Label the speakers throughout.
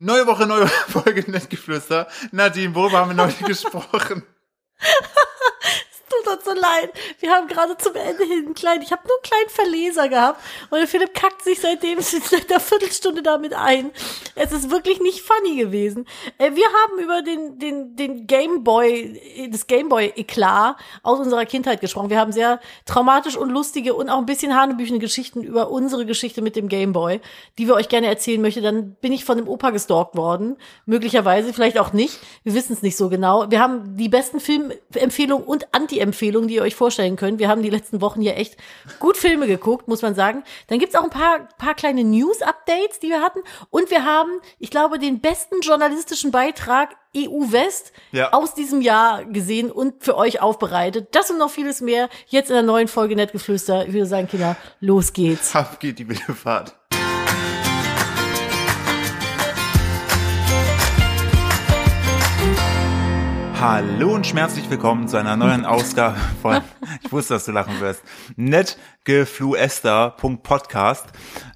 Speaker 1: Neue Woche, neue Folge Nettgeflüster. Nadine, worüber haben wir neulich gesprochen?
Speaker 2: Es tut uns so leid. Wir haben gerade zum Ende hin einen kleinen, ich habe nur einen kleinen Verleser gehabt und der Philipp kackt sich seitdem seit einer Viertelstunde damit ein. Es ist wirklich nicht funny gewesen. Äh, Wir haben über den, den, den Gameboy, das Gameboy-Eklat aus unserer Kindheit gesprochen. Wir haben sehr traumatisch und lustige und auch ein bisschen hanebüchene Geschichten über unsere Geschichte mit dem Gameboy, die wir euch gerne erzählen möchten. Dann bin ich von dem Opa gestalkt worden. Möglicherweise, vielleicht auch nicht. Wir wissen es nicht so genau. Wir haben die besten Filmempfehlungen und Anti-Empfehlungen, die ihr euch vorstellen könnt. Wir haben die letzten Wochen hier echt gut Filme geguckt, muss man sagen. Dann gibt's auch ein paar, paar kleine News-Updates, die wir hatten. Und wir haben, ich glaube, den besten journalistischen Beitrag EU West
Speaker 1: Ja.
Speaker 2: aus diesem Jahr gesehen und für euch aufbereitet. Das und noch vieles mehr jetzt in der neuen Folge Nettgeflüster. Ich würde sagen, Kinder, los geht's.
Speaker 1: Ab geht die wilde Fahrt. Hallo und schmerzlich willkommen zu einer neuen Ausgabe von, ich wusste, dass du lachen wirst, nettgefluester.podcast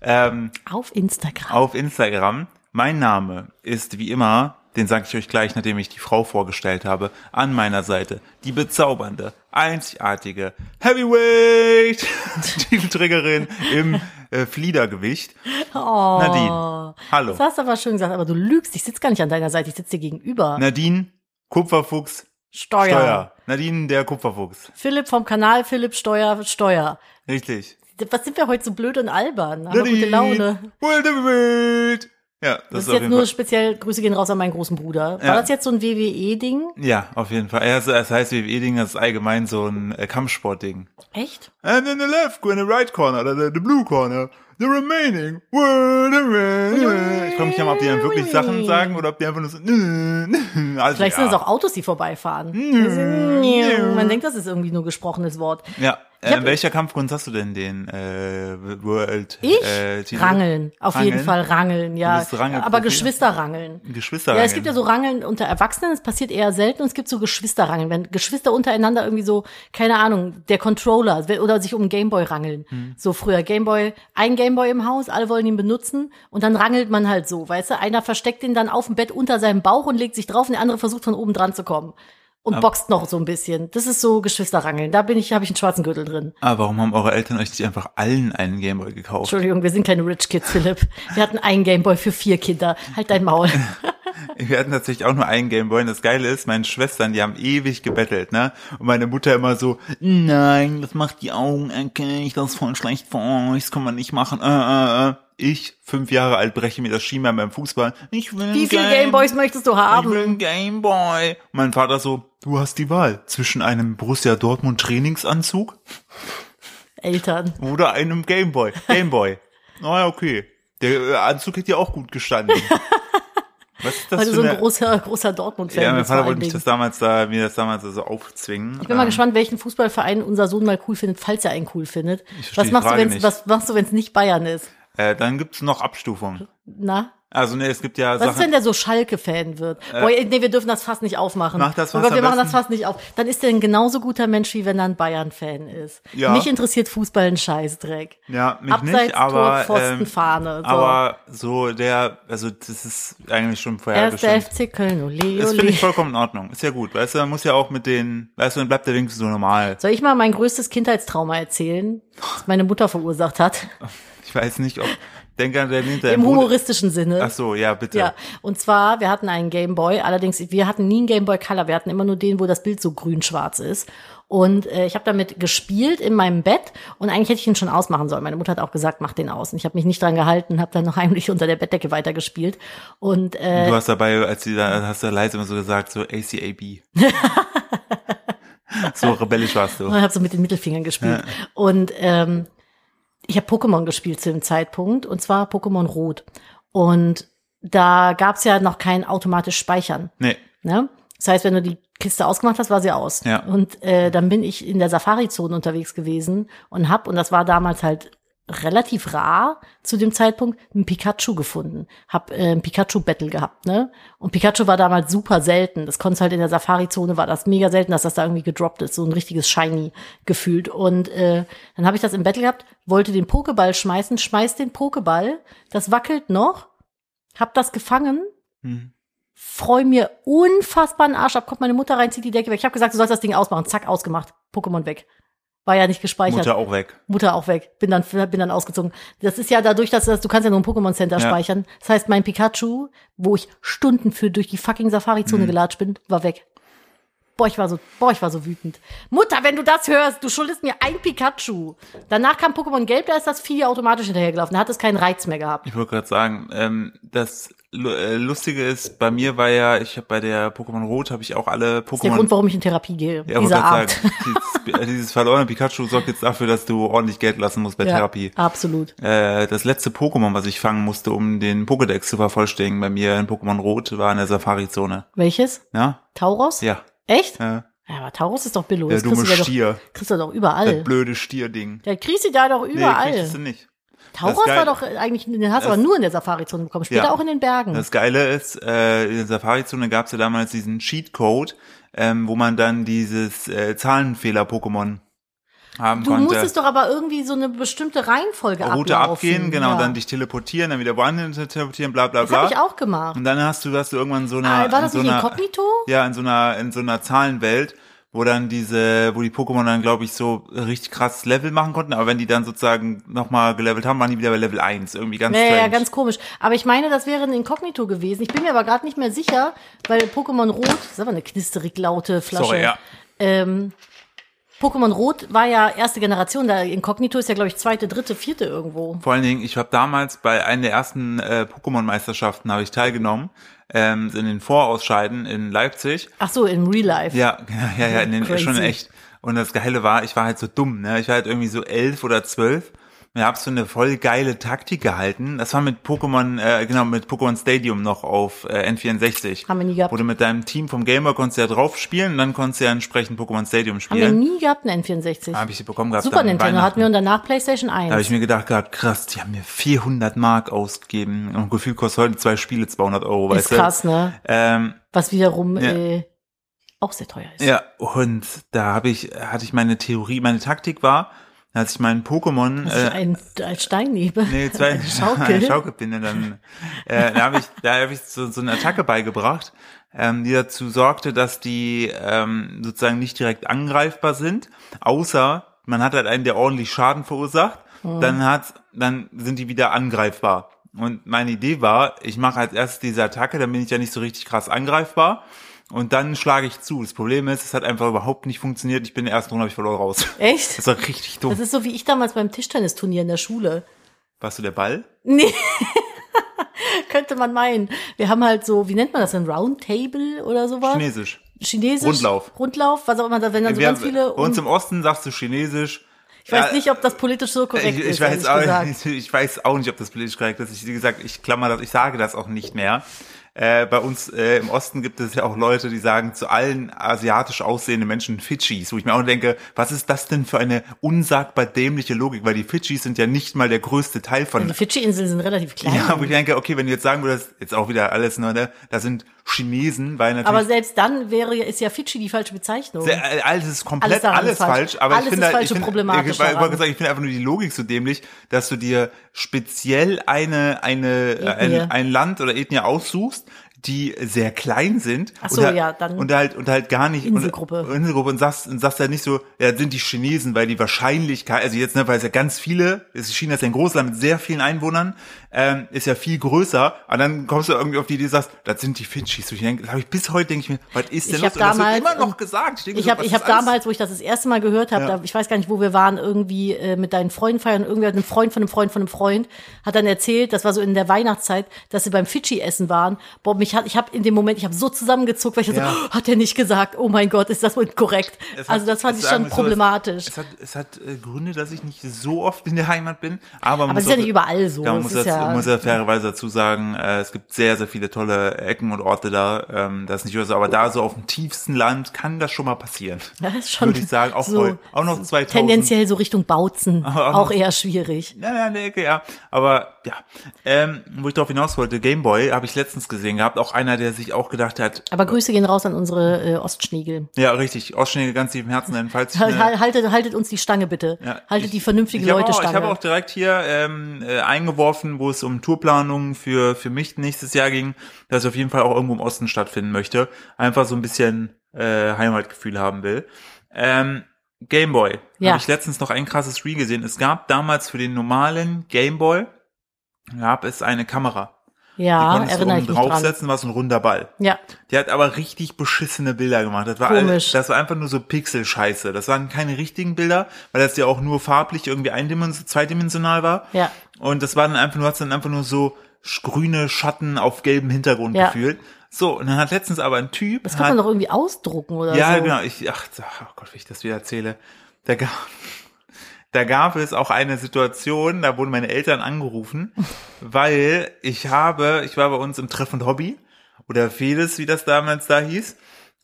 Speaker 1: ähm,
Speaker 2: Auf Instagram.
Speaker 1: auf Instagram. Mein Name ist wie immer, den sage ich euch gleich, nachdem ich die Frau vorgestellt habe, an meiner Seite die bezaubernde, einzigartige Heavyweight Titelträgerin im äh, Fliedergewicht.
Speaker 2: Oh.
Speaker 1: Nadine, hallo.
Speaker 2: Das hast du aber schön gesagt, aber du lügst. Ich sitze gar nicht an deiner Seite, ich sitze dir gegenüber.
Speaker 1: Nadine Kupferfuchs
Speaker 2: Steuer.
Speaker 1: Ne, Steuer. Nadine der Kupferfuchs.
Speaker 2: Philipp vom Kanal Philipp Steuer Steuer.
Speaker 1: Richtig.
Speaker 2: Was sind wir heute so blöd und albern? Haben wir gute Laune.
Speaker 1: World Ja, das,
Speaker 2: Das
Speaker 1: ist auf
Speaker 2: ist jetzt
Speaker 1: jeden
Speaker 2: nur
Speaker 1: Fall.
Speaker 2: speziell Grüße gehen raus an meinen großen Bruder. War
Speaker 1: Ja.
Speaker 2: das jetzt so ein WWE-Ding?
Speaker 1: Ja, auf jeden Fall. Also, das heißt, WWE-Ding, das ist allgemein so ein äh, Kampfsportding.
Speaker 2: Echt?
Speaker 1: And in the left corner, right corner, oder the, the blue corner, the remaining word away. Ich frage mich ja mal, ob die dann wirklich Sachen sagen oder ob die einfach nur so. Also,
Speaker 2: Vielleicht
Speaker 1: ja.
Speaker 2: sind es auch Autos, die vorbeifahren. Man denkt, das ist irgendwie nur gesprochenes Wort.
Speaker 1: Ja.
Speaker 2: Ich
Speaker 1: Äh,
Speaker 2: hab-
Speaker 1: welcher Kampfkunst hast du denn den äh, World
Speaker 2: Ich?
Speaker 1: Äh, Titel?
Speaker 2: rangeln, auf
Speaker 1: Rangeln?
Speaker 2: jeden Fall rangeln, ja.
Speaker 1: Du bist Rangelprofi?
Speaker 2: Aber Geschwister rangeln.
Speaker 1: Geschwister.
Speaker 2: Ja, es gibt ja so Rangeln unter Erwachsenen, das passiert eher selten und es gibt so Geschwisterrangeln, wenn Geschwister untereinander irgendwie so, keine Ahnung, der Controller we- oder sich um einen Gameboy rangeln.
Speaker 1: Hm.
Speaker 2: So früher Gameboy, ein Gameboy im Haus, alle wollen ihn benutzen und dann rangelt man halt so, weißt du, einer versteckt ihn dann auf dem Bett unter seinem Bauch und legt sich drauf und der andere versucht von oben dran zu kommen. Und boxt noch so ein bisschen. Das ist so Geschwisterrangeln. Da bin ich, habe ich einen schwarzen Gürtel drin.
Speaker 1: Ah, warum haben eure Eltern euch nicht einfach allen einen Gameboy gekauft?
Speaker 2: Entschuldigung, wir sind keine Rich Kids, Philipp. Wir hatten einen Gameboy für vier Kinder. Halt dein Maul.
Speaker 1: Wir hatten tatsächlich auch nur einen Gameboy. Und das Geile ist, meine Schwestern, die haben ewig gebettelt, ne? Und meine Mutter immer so, nein, das macht die Augen eckig, das ist voll schlecht für euch, das kann man nicht machen. Äh, äh, äh. Ich, fünf Jahre alt, breche mir das Schienbein beim Fußball. Ich will
Speaker 2: Wie viele
Speaker 1: einen
Speaker 2: Gameboys möchtest du
Speaker 1: Ich
Speaker 2: haben?
Speaker 1: will einen Gameboy. Mein Vater so, du hast die Wahl zwischen einem Borussia Dortmund Trainingsanzug
Speaker 2: Eltern.
Speaker 1: oder einem Gameboy. Gameboy. Naja, okay. Der äh, Anzug hätte ja auch gut gestanden. Was ist das
Speaker 2: Weil du
Speaker 1: für
Speaker 2: so ein
Speaker 1: eine
Speaker 2: großer, großer Dortmund-Fan
Speaker 1: ja, mein
Speaker 2: bist. vor
Speaker 1: Vater
Speaker 2: allen
Speaker 1: wollte mich
Speaker 2: Dingen.
Speaker 1: das damals da, mir das damals da so aufzwingen.
Speaker 2: Ich bin mal gespannt, welchen Fußballverein unser Sohn mal cool findet, falls er einen cool findet.
Speaker 1: verstehe
Speaker 2: Was
Speaker 1: die
Speaker 2: machst, du,
Speaker 1: Frage
Speaker 2: wenn's,
Speaker 1: nicht.
Speaker 2: was machst du, wenn es nicht Bayern ist?
Speaker 1: Äh, dann gibt's noch Abstufungen.
Speaker 2: Na?
Speaker 1: Also ne, es gibt ja
Speaker 2: Was ist, wenn
Speaker 1: Sachen.
Speaker 2: der so Schalke-Fan wird? Boah, nee, wir dürfen das fast nicht aufmachen.
Speaker 1: Äh. Mach das Fass
Speaker 2: Oh Gott, wir
Speaker 1: am
Speaker 2: machen das
Speaker 1: besten.
Speaker 2: fast nicht auf. Dann ist er ein genauso guter Mensch, wie wenn er ein Bayern-Fan ist.
Speaker 1: Ja.
Speaker 2: Mich interessiert Fußball ein Scheißdreck.
Speaker 1: Ja, mich
Speaker 2: Abseits,
Speaker 1: nicht, aber.
Speaker 2: Tor, Pfosten,
Speaker 1: ähm,
Speaker 2: Fahne. So.
Speaker 1: Aber so der, also das ist eigentlich schon
Speaker 2: Erster
Speaker 1: vorhergestimmt.
Speaker 2: FC Köln, ole,
Speaker 1: Das finde
Speaker 2: ole.
Speaker 1: ich vollkommen in Ordnung. Ist ja gut. Weißt du, man muss ja auch mit den, weißt du, dann bleibt der wenigstens so normal.
Speaker 2: Soll ich mal mein größtes Kindheitstrauma erzählen, das meine Mutter verursacht hat?
Speaker 1: Ich weiß nicht, ob, denk an den hinter
Speaker 2: Im humoristischen Sinne.
Speaker 1: Äh, Ach so, ja, bitte.
Speaker 2: Ja, und zwar, wir hatten einen Gameboy, allerdings, wir hatten nie einen Gameboy Color, wir hatten immer nur den, wo das Bild so grün-schwarz ist. Und äh, ich habe damit gespielt in meinem Bett und eigentlich hätte ich ihn schon ausmachen sollen. Meine Mutter hat auch gesagt, mach den aus. Und ich habe mich nicht dran gehalten, habe dann noch heimlich unter der Bettdecke weitergespielt. Und äh,
Speaker 1: Du hast dabei, als die da, hast du leise immer so gesagt, so ACAB. so rebellisch warst du.
Speaker 2: Und habe so mit den Mittelfingern gespielt. Und ähm, ich habe Pokémon gespielt zu dem Zeitpunkt und zwar Pokémon Rot. Und da gab's ja noch kein automatisch Speichern.
Speaker 1: Nee.
Speaker 2: Ne? Das heißt, wenn du die Kiste ausgemacht hast, war sie aus.
Speaker 1: Ja.
Speaker 2: Und äh, dann bin ich in der Safari-Zone unterwegs gewesen und hab, und das war damals halt relativ rar zu dem Zeitpunkt, einen Pikachu gefunden. Hab äh, ein Pikachu-Battle gehabt, ne? Und Pikachu war damals super selten. Das konntest halt in der Safari-Zone, war das mega selten, dass das da irgendwie gedroppt ist. So ein richtiges Shiny gefühlt. Und äh, dann habe ich das im Battle gehabt, wollte den Pokéball schmeißen, schmeiß den Pokéball, das wackelt noch hab das gefangen,
Speaker 1: Hm.
Speaker 2: freu mir unfassbar einen Arsch ab, kommt meine Mutter rein, zieht die Decke weg. Ich habe gesagt, du sollst das Ding ausmachen. Zack, ausgemacht. Pokémon weg. War ja nicht gespeichert.
Speaker 1: Mutter auch weg.
Speaker 2: Mutter auch weg. Bin dann, bin dann ausgezogen. Das ist ja dadurch, dass dass- du kannst ja nur ein Pokémon Center
Speaker 1: Ja.
Speaker 2: speichern. Das heißt, mein Pikachu, wo ich Stunden für durch die fucking
Speaker 1: Hm.
Speaker 2: Safari-Zone gelatscht bin, war weg. Boah, ich war so, boah, ich war so wütend. Mutter, wenn du das hörst, du schuldest mir ein Pikachu. Danach kam Pokémon Gelb, da ist das Vieh automatisch hinterhergelaufen. Da hat es keinen Reiz mehr gehabt.
Speaker 1: Ich wollte gerade sagen, ähm, das Lu- äh, Lustige ist, bei mir war ja, ich habe bei der Pokémon Rot, habe ich auch alle
Speaker 2: Das ist der Grund,
Speaker 1: Pokémon...
Speaker 2: warum ich in Therapie gehe.
Speaker 1: Ja, wollte
Speaker 2: dieser
Speaker 1: grad
Speaker 2: Art.
Speaker 1: sagen, dieses, äh, dieses verlorene Pikachu sorgt jetzt dafür, dass du ordentlich Geld lassen musst bei
Speaker 2: Ja,
Speaker 1: Therapie.
Speaker 2: Absolut.
Speaker 1: Äh, das letzte Pokémon, was ich fangen musste, um den Pokédex zu vervollständigen, bei mir in Pokémon Rot, war in der Safari-Zone.
Speaker 2: Welches?
Speaker 1: Ja?
Speaker 2: Tauros?
Speaker 1: Ja.
Speaker 2: Echt? Ja.
Speaker 1: Äh,
Speaker 2: aber Tauros ist doch billo.
Speaker 1: der
Speaker 2: Das kriegst
Speaker 1: dumme
Speaker 2: du ja doch,
Speaker 1: Stier.
Speaker 2: kriegst du doch
Speaker 1: Das
Speaker 2: überall.
Speaker 1: blöde Stierding.
Speaker 2: Der kriegst du da doch
Speaker 1: Nee,
Speaker 2: überall.
Speaker 1: kriegst du nicht.
Speaker 2: Tauros
Speaker 1: Das ist
Speaker 2: war
Speaker 1: geil.
Speaker 2: doch eigentlich, den hast du
Speaker 1: Das-
Speaker 2: aber nur in der Safari-Zone bekommen, später
Speaker 1: Ja.
Speaker 2: auch in den Bergen.
Speaker 1: Das Geile ist, äh, in der Safari-Zone gab es ja damals diesen Cheat-Code, ähm, wo man dann dieses äh, Zahlenfehler-Pokémon haben
Speaker 2: du
Speaker 1: konnte.
Speaker 2: musstest doch aber irgendwie so eine bestimmte Reihenfolge
Speaker 1: Route
Speaker 2: ablaufen.
Speaker 1: abgehen, genau,
Speaker 2: ja.
Speaker 1: dann dich teleportieren, dann wieder woanders teleportieren, bla bla
Speaker 2: Das habe
Speaker 1: bla.
Speaker 2: ich auch gemacht.
Speaker 1: Und dann hast du, hast du irgendwann so eine,
Speaker 2: ah, war
Speaker 1: in
Speaker 2: das
Speaker 1: so
Speaker 2: nicht
Speaker 1: einer,
Speaker 2: inkognito?
Speaker 1: ja, in so einer, in so einer Zahlenwelt, wo dann diese, wo die Pokémon dann, glaube ich, so richtig krass Level machen konnten, aber wenn die dann sozusagen nochmal gelevelt haben, waren die wieder bei Level 1. Irgendwie ganz
Speaker 2: Ja, ja, ja,
Speaker 1: strange.
Speaker 2: ganz komisch. Aber ich meine, das wäre ein Inkognito gewesen. Ich bin mir aber gerade nicht mehr sicher, weil Pokémon Rot, das ist aber eine knisterig laute Flasche.
Speaker 1: Sorry, ja.
Speaker 2: Ähm, Pokémon Rot war ja erste Generation, da Inkognito ist ja, glaube ich, zweite, dritte, vierte irgendwo.
Speaker 1: Vor allen Dingen, ich habe damals bei einer der ersten äh, Pokémon-Meisterschaften habe ich teilgenommen, ähm, in den Vorausscheiden in Leipzig.
Speaker 2: Ach so, in Real Life.
Speaker 1: Ja, ja, ja, in den,
Speaker 2: Crazy.
Speaker 1: schon in echt. Und das Geile war, ich war halt so dumm, ne? Ich war halt irgendwie so elf oder zwölf. Und da hab so eine voll geile Taktik gehalten. Das war mit Pokémon, äh, genau, mit Pokémon Stadium noch auf äh, N64.
Speaker 2: Haben wir nie gehabt.
Speaker 1: Wo du mit deinem Team vom Gamer konntest ja drauf spielen und dann konntest du ja entsprechend Pokémon Stadium
Speaker 2: Haben wir
Speaker 1: spielen.
Speaker 2: nie gehabt, einen N64.
Speaker 1: Habe ich sie bekommen gehabt.
Speaker 2: Super
Speaker 1: dann
Speaker 2: Nintendo
Speaker 1: Weihnachten.
Speaker 2: hatten wir und danach PlayStation 1.
Speaker 1: Da habe ich mir gedacht, gehabt, krass, die haben mir 400 Mark ausgegeben. Und gefühlt kostet heute zwei Spiele 200 Euro, weißt
Speaker 2: ist
Speaker 1: du?
Speaker 2: krass, ne?
Speaker 1: Ähm,
Speaker 2: Was wiederum
Speaker 1: Ja.
Speaker 2: äh, auch sehr teuer ist.
Speaker 1: ja, und da habe ich, hatte ich meine Theorie, meine Taktik war, als ich meinen Pokémon,
Speaker 2: Das ist
Speaker 1: äh,
Speaker 2: ein, ein Steinnebel.
Speaker 1: nee, zwei
Speaker 2: Schaukel.
Speaker 1: Schaukelpinne, ne, dann, äh, da habe ich, da habe ich so, so eine Attacke beigebracht, ähm, die dazu sorgte, dass die ähm, sozusagen nicht direkt angreifbar sind, außer man hat halt einen, der ordentlich Schaden verursacht, dann hat, dann sind die wieder angreifbar. Und meine Idee war, ich mache als erstes diese Attacke, dann bin ich ja nicht so richtig krass angreifbar. Und dann schlage ich zu. Das Problem ist, es hat einfach überhaupt nicht funktioniert. Ich bin in der ersten Runde, habe ich verloren raus.
Speaker 2: Echt?
Speaker 1: Das war richtig dumm.
Speaker 2: Das ist so wie ich damals beim Tischtennisturnier in der Schule.
Speaker 1: Warst du der Ball?
Speaker 2: Könnte man meinen. Wir haben halt so, wie nennt man das denn? Roundtable oder sowas?
Speaker 1: Chinesisch.
Speaker 2: Chinesisch.
Speaker 1: Rundlauf.
Speaker 2: Rundlauf, was auch immer, da- wenn dann so
Speaker 1: Wir-
Speaker 2: Also ganz viele. um-
Speaker 1: bei uns im Osten sagst du Chinesisch.
Speaker 2: ich weiß nicht, ob das politisch so korrekt
Speaker 1: ich, ich
Speaker 2: ist.
Speaker 1: weiß
Speaker 2: ehrlich
Speaker 1: auch,
Speaker 2: gesagt.
Speaker 1: nicht, ich weiß auch nicht, ob das politisch korrekt ist. Ich, wie gesagt, ich klammer das, ich sage das auch nicht mehr. Äh, bei uns äh, im Osten gibt es ja auch Leute, die sagen zu allen asiatisch aussehenden Menschen Fidschis, wo ich mir auch denke, was ist das denn für eine unsagbar dämliche Logik, weil die Fidschis sind ja nicht mal der größte Teil von
Speaker 2: Die Fidschi-Inseln sind relativ klein.
Speaker 1: ja, wo ich denke, okay, wenn du jetzt sagen würdest, jetzt auch wieder alles nur, ne, da sind Chinesen, weil natürlich
Speaker 2: aber selbst dann wäre, ist ja Fidschi die falsche Bezeichnung.
Speaker 1: Sehr, äh, alles ist komplett
Speaker 2: Also, Alles daran
Speaker 1: alles,
Speaker 2: ist falsch.
Speaker 1: falsch. aber
Speaker 2: Alles
Speaker 1: ich finde,
Speaker 2: ist
Speaker 1: da-
Speaker 2: falsch
Speaker 1: ich
Speaker 2: und
Speaker 1: finde,
Speaker 2: problematisch
Speaker 1: Ich, wollte
Speaker 2: daran.
Speaker 1: gerade sagen, ich finde einfach nur die Logik so dämlich, dass du dir speziell eine eine äh,
Speaker 2: Ethnie.
Speaker 1: ein, ein Land oder Ethnie aussuchst, die sehr klein sind
Speaker 2: Ach so,
Speaker 1: und, halt-
Speaker 2: ja, dann-
Speaker 1: und halt und halt gar nicht
Speaker 2: Inselgruppe.
Speaker 1: und, Inselgruppe und sagst und sagst halt nicht so, ja, sind die Chinesen, weil die Wahrscheinlichkeit, also jetzt ne, weil es ja ganz viele, ist China ist ja ein Großland mit sehr vielen Einwohnern, ähm, ist ja viel größer, und dann kommst du irgendwie auf die Idee, sagst, das sind die Finchis. Und ich denke, das habe ich bis heute denke ich mir, was ist denn los?
Speaker 2: Ich hab
Speaker 1: Und das wird
Speaker 2: damals-
Speaker 1: immer noch gesagt. denke
Speaker 2: Ich
Speaker 1: so,
Speaker 2: habe
Speaker 1: was
Speaker 2: ich
Speaker 1: ist
Speaker 2: hab
Speaker 1: alles-
Speaker 2: damals, wo ich das das erste Mal gehört habe,
Speaker 1: Ja.
Speaker 2: da ich weiß gar nicht, wo wir waren, irgendwie äh, mit deinen Freunden feiern, irgendwer hat einen Freund von einem Freund von einem Freund hat dann erzählt, das war so in der Weihnachtszeit, dass sie beim Fidschi essen waren. Boah, mich hat ich habe in dem Moment, ich habe so zusammengezuckt, weil ich
Speaker 1: Ja.
Speaker 2: so, oh, hat er nicht gesagt. Oh mein Gott, ist das wohl korrekt?
Speaker 1: Es hat-
Speaker 2: also das fand
Speaker 1: es
Speaker 2: ich
Speaker 1: sagen
Speaker 2: schon
Speaker 1: wir so,
Speaker 2: problematisch.
Speaker 1: Es, es hat, es hat äh, Gründe, dass ich nicht so oft in der Heimat bin, aber man
Speaker 2: Aber
Speaker 1: muss
Speaker 2: es ist ja
Speaker 1: auch-
Speaker 2: nicht überall so.
Speaker 1: Ja, man
Speaker 2: Es
Speaker 1: muss,
Speaker 2: ist
Speaker 1: das,
Speaker 2: ja-
Speaker 1: muss ja fairerweise dazu sagen, äh, es gibt sehr, sehr viele tolle Ecken und Orte da. Ähm, das ist nicht überall so, aber da so auf dem tiefsten Land kann das schon mal passieren.
Speaker 2: Das ist schon
Speaker 1: Würde ich sagen, auch,
Speaker 2: so
Speaker 1: voll, auch noch 2000.
Speaker 2: Tendenziell so Richtung Bautzen, auch eher schwierig.
Speaker 1: Ja, ja, in der Ecke, ja. Aber ja, ähm, wo ich drauf hinaus wollte, Gameboy habe ich letztens gesehen gehabt, auch einer, der sich auch gedacht hat,
Speaker 2: Aber Grüße gehen raus an unsere äh, Ostschnegel.
Speaker 1: ja richtig, Ostschnegel ganz tief im Herzen, denn falls
Speaker 2: Hal-
Speaker 1: eine-
Speaker 2: hal- Haltet, haltet uns die Stange bitte.
Speaker 1: Ja,
Speaker 2: haltet
Speaker 1: ich-
Speaker 2: die vernünftigen
Speaker 1: ich hab
Speaker 2: Leute
Speaker 1: auch, Ich
Speaker 2: Stange.
Speaker 1: habe auch direkt hier ähm, äh, eingeworfen, wo es um Tourplanungen für, für mich nächstes Jahr ging, dass ich auf jeden Fall auch irgendwo im Osten stattfinden möchte. Einfach so ein bisschen äh, Heimatgefühl haben will. Ähm, Gameboy. Ja.
Speaker 2: Ja.
Speaker 1: Habe ich letztens noch ein krasses Reel gesehen. Es gab damals für den normalen Gameboy gab es eine Kamera. die
Speaker 2: ja,
Speaker 1: konntest du
Speaker 2: Ah, erinnere
Speaker 1: oben
Speaker 2: ich mich dran.
Speaker 1: draufsetzen, war so ein runder Ball.
Speaker 2: Ja,
Speaker 1: Die hat aber richtig beschissene Bilder gemacht. Das war,
Speaker 2: Komisch.
Speaker 1: das war einfach nur so Pixel-Scheiße. Das waren keine richtigen Bilder, weil das ja auch nur farblich irgendwie eindimensional, zweidimensional war.
Speaker 2: Ja.
Speaker 1: Und das war dann einfach nur, hat's dann einfach nur so sch- grüne Schatten auf gelbem Hintergrund
Speaker 2: Ja.
Speaker 1: gefühlt. So, und dann hat letztens aber ein Typ.
Speaker 2: das
Speaker 1: hat,
Speaker 2: kann man doch irgendwie ausdrucken oder
Speaker 1: ja,
Speaker 2: so.
Speaker 1: genau. Ich, ach, oh Gott, wie ich das wieder erzähle. Da gab, da gab es auch eine Situation, da wurden meine Eltern angerufen, weil ich habe, ich war bei uns im Treff und Hobby oder Fedes, wie das damals da hieß.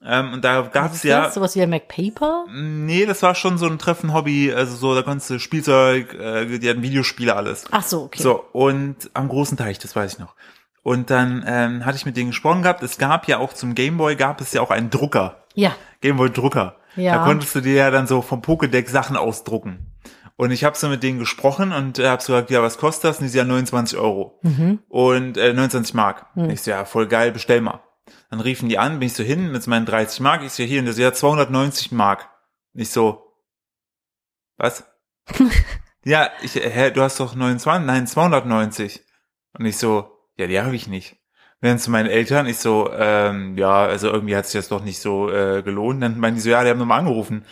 Speaker 1: Ähm, und da gab es
Speaker 2: Ist
Speaker 1: ja, Mhm.
Speaker 2: das sowas wie ein MacPaper?
Speaker 1: nee, das war schon so ein Treffen Hobby, also so, da konntest du Spielzeug, äh, die hatten Videospiele, alles.
Speaker 2: Ach so, Ah, okay.
Speaker 1: So, und am großen Teich, das weiß ich noch. Und dann ähm, hatte ich mit denen gesprochen gehabt, es gab ja auch zum Gameboy, gab es ja auch einen Drucker.
Speaker 2: Ja,
Speaker 1: Gameboy-Drucker.
Speaker 2: Ja.
Speaker 1: Da konntest du dir ja dann so vom Pokédex Sachen ausdrucken. Und ich habe so mit denen gesprochen und äh, habe so gesagt, ja, was kostet das? Und die sagen, ja, 29 Euro.
Speaker 2: Mhm.
Speaker 1: Und äh, 29 Mark. Ich so, ja, voll geil, bestell mal. Dann riefen die an, bin ich so hin mit meinen 30 Mark. Ich so, hier, und der so, ja, 290 Mark. Und ich so, was? ja, ich, äh, hä, du hast doch 29? Nein, 290. Und ich so, ja, die habe ich nicht. Und dann zu meinen Eltern, ich so, ähm, ja, also irgendwie hat sich das doch nicht so äh, gelohnt. Dann meinen die so, ja, die haben nochmal angerufen.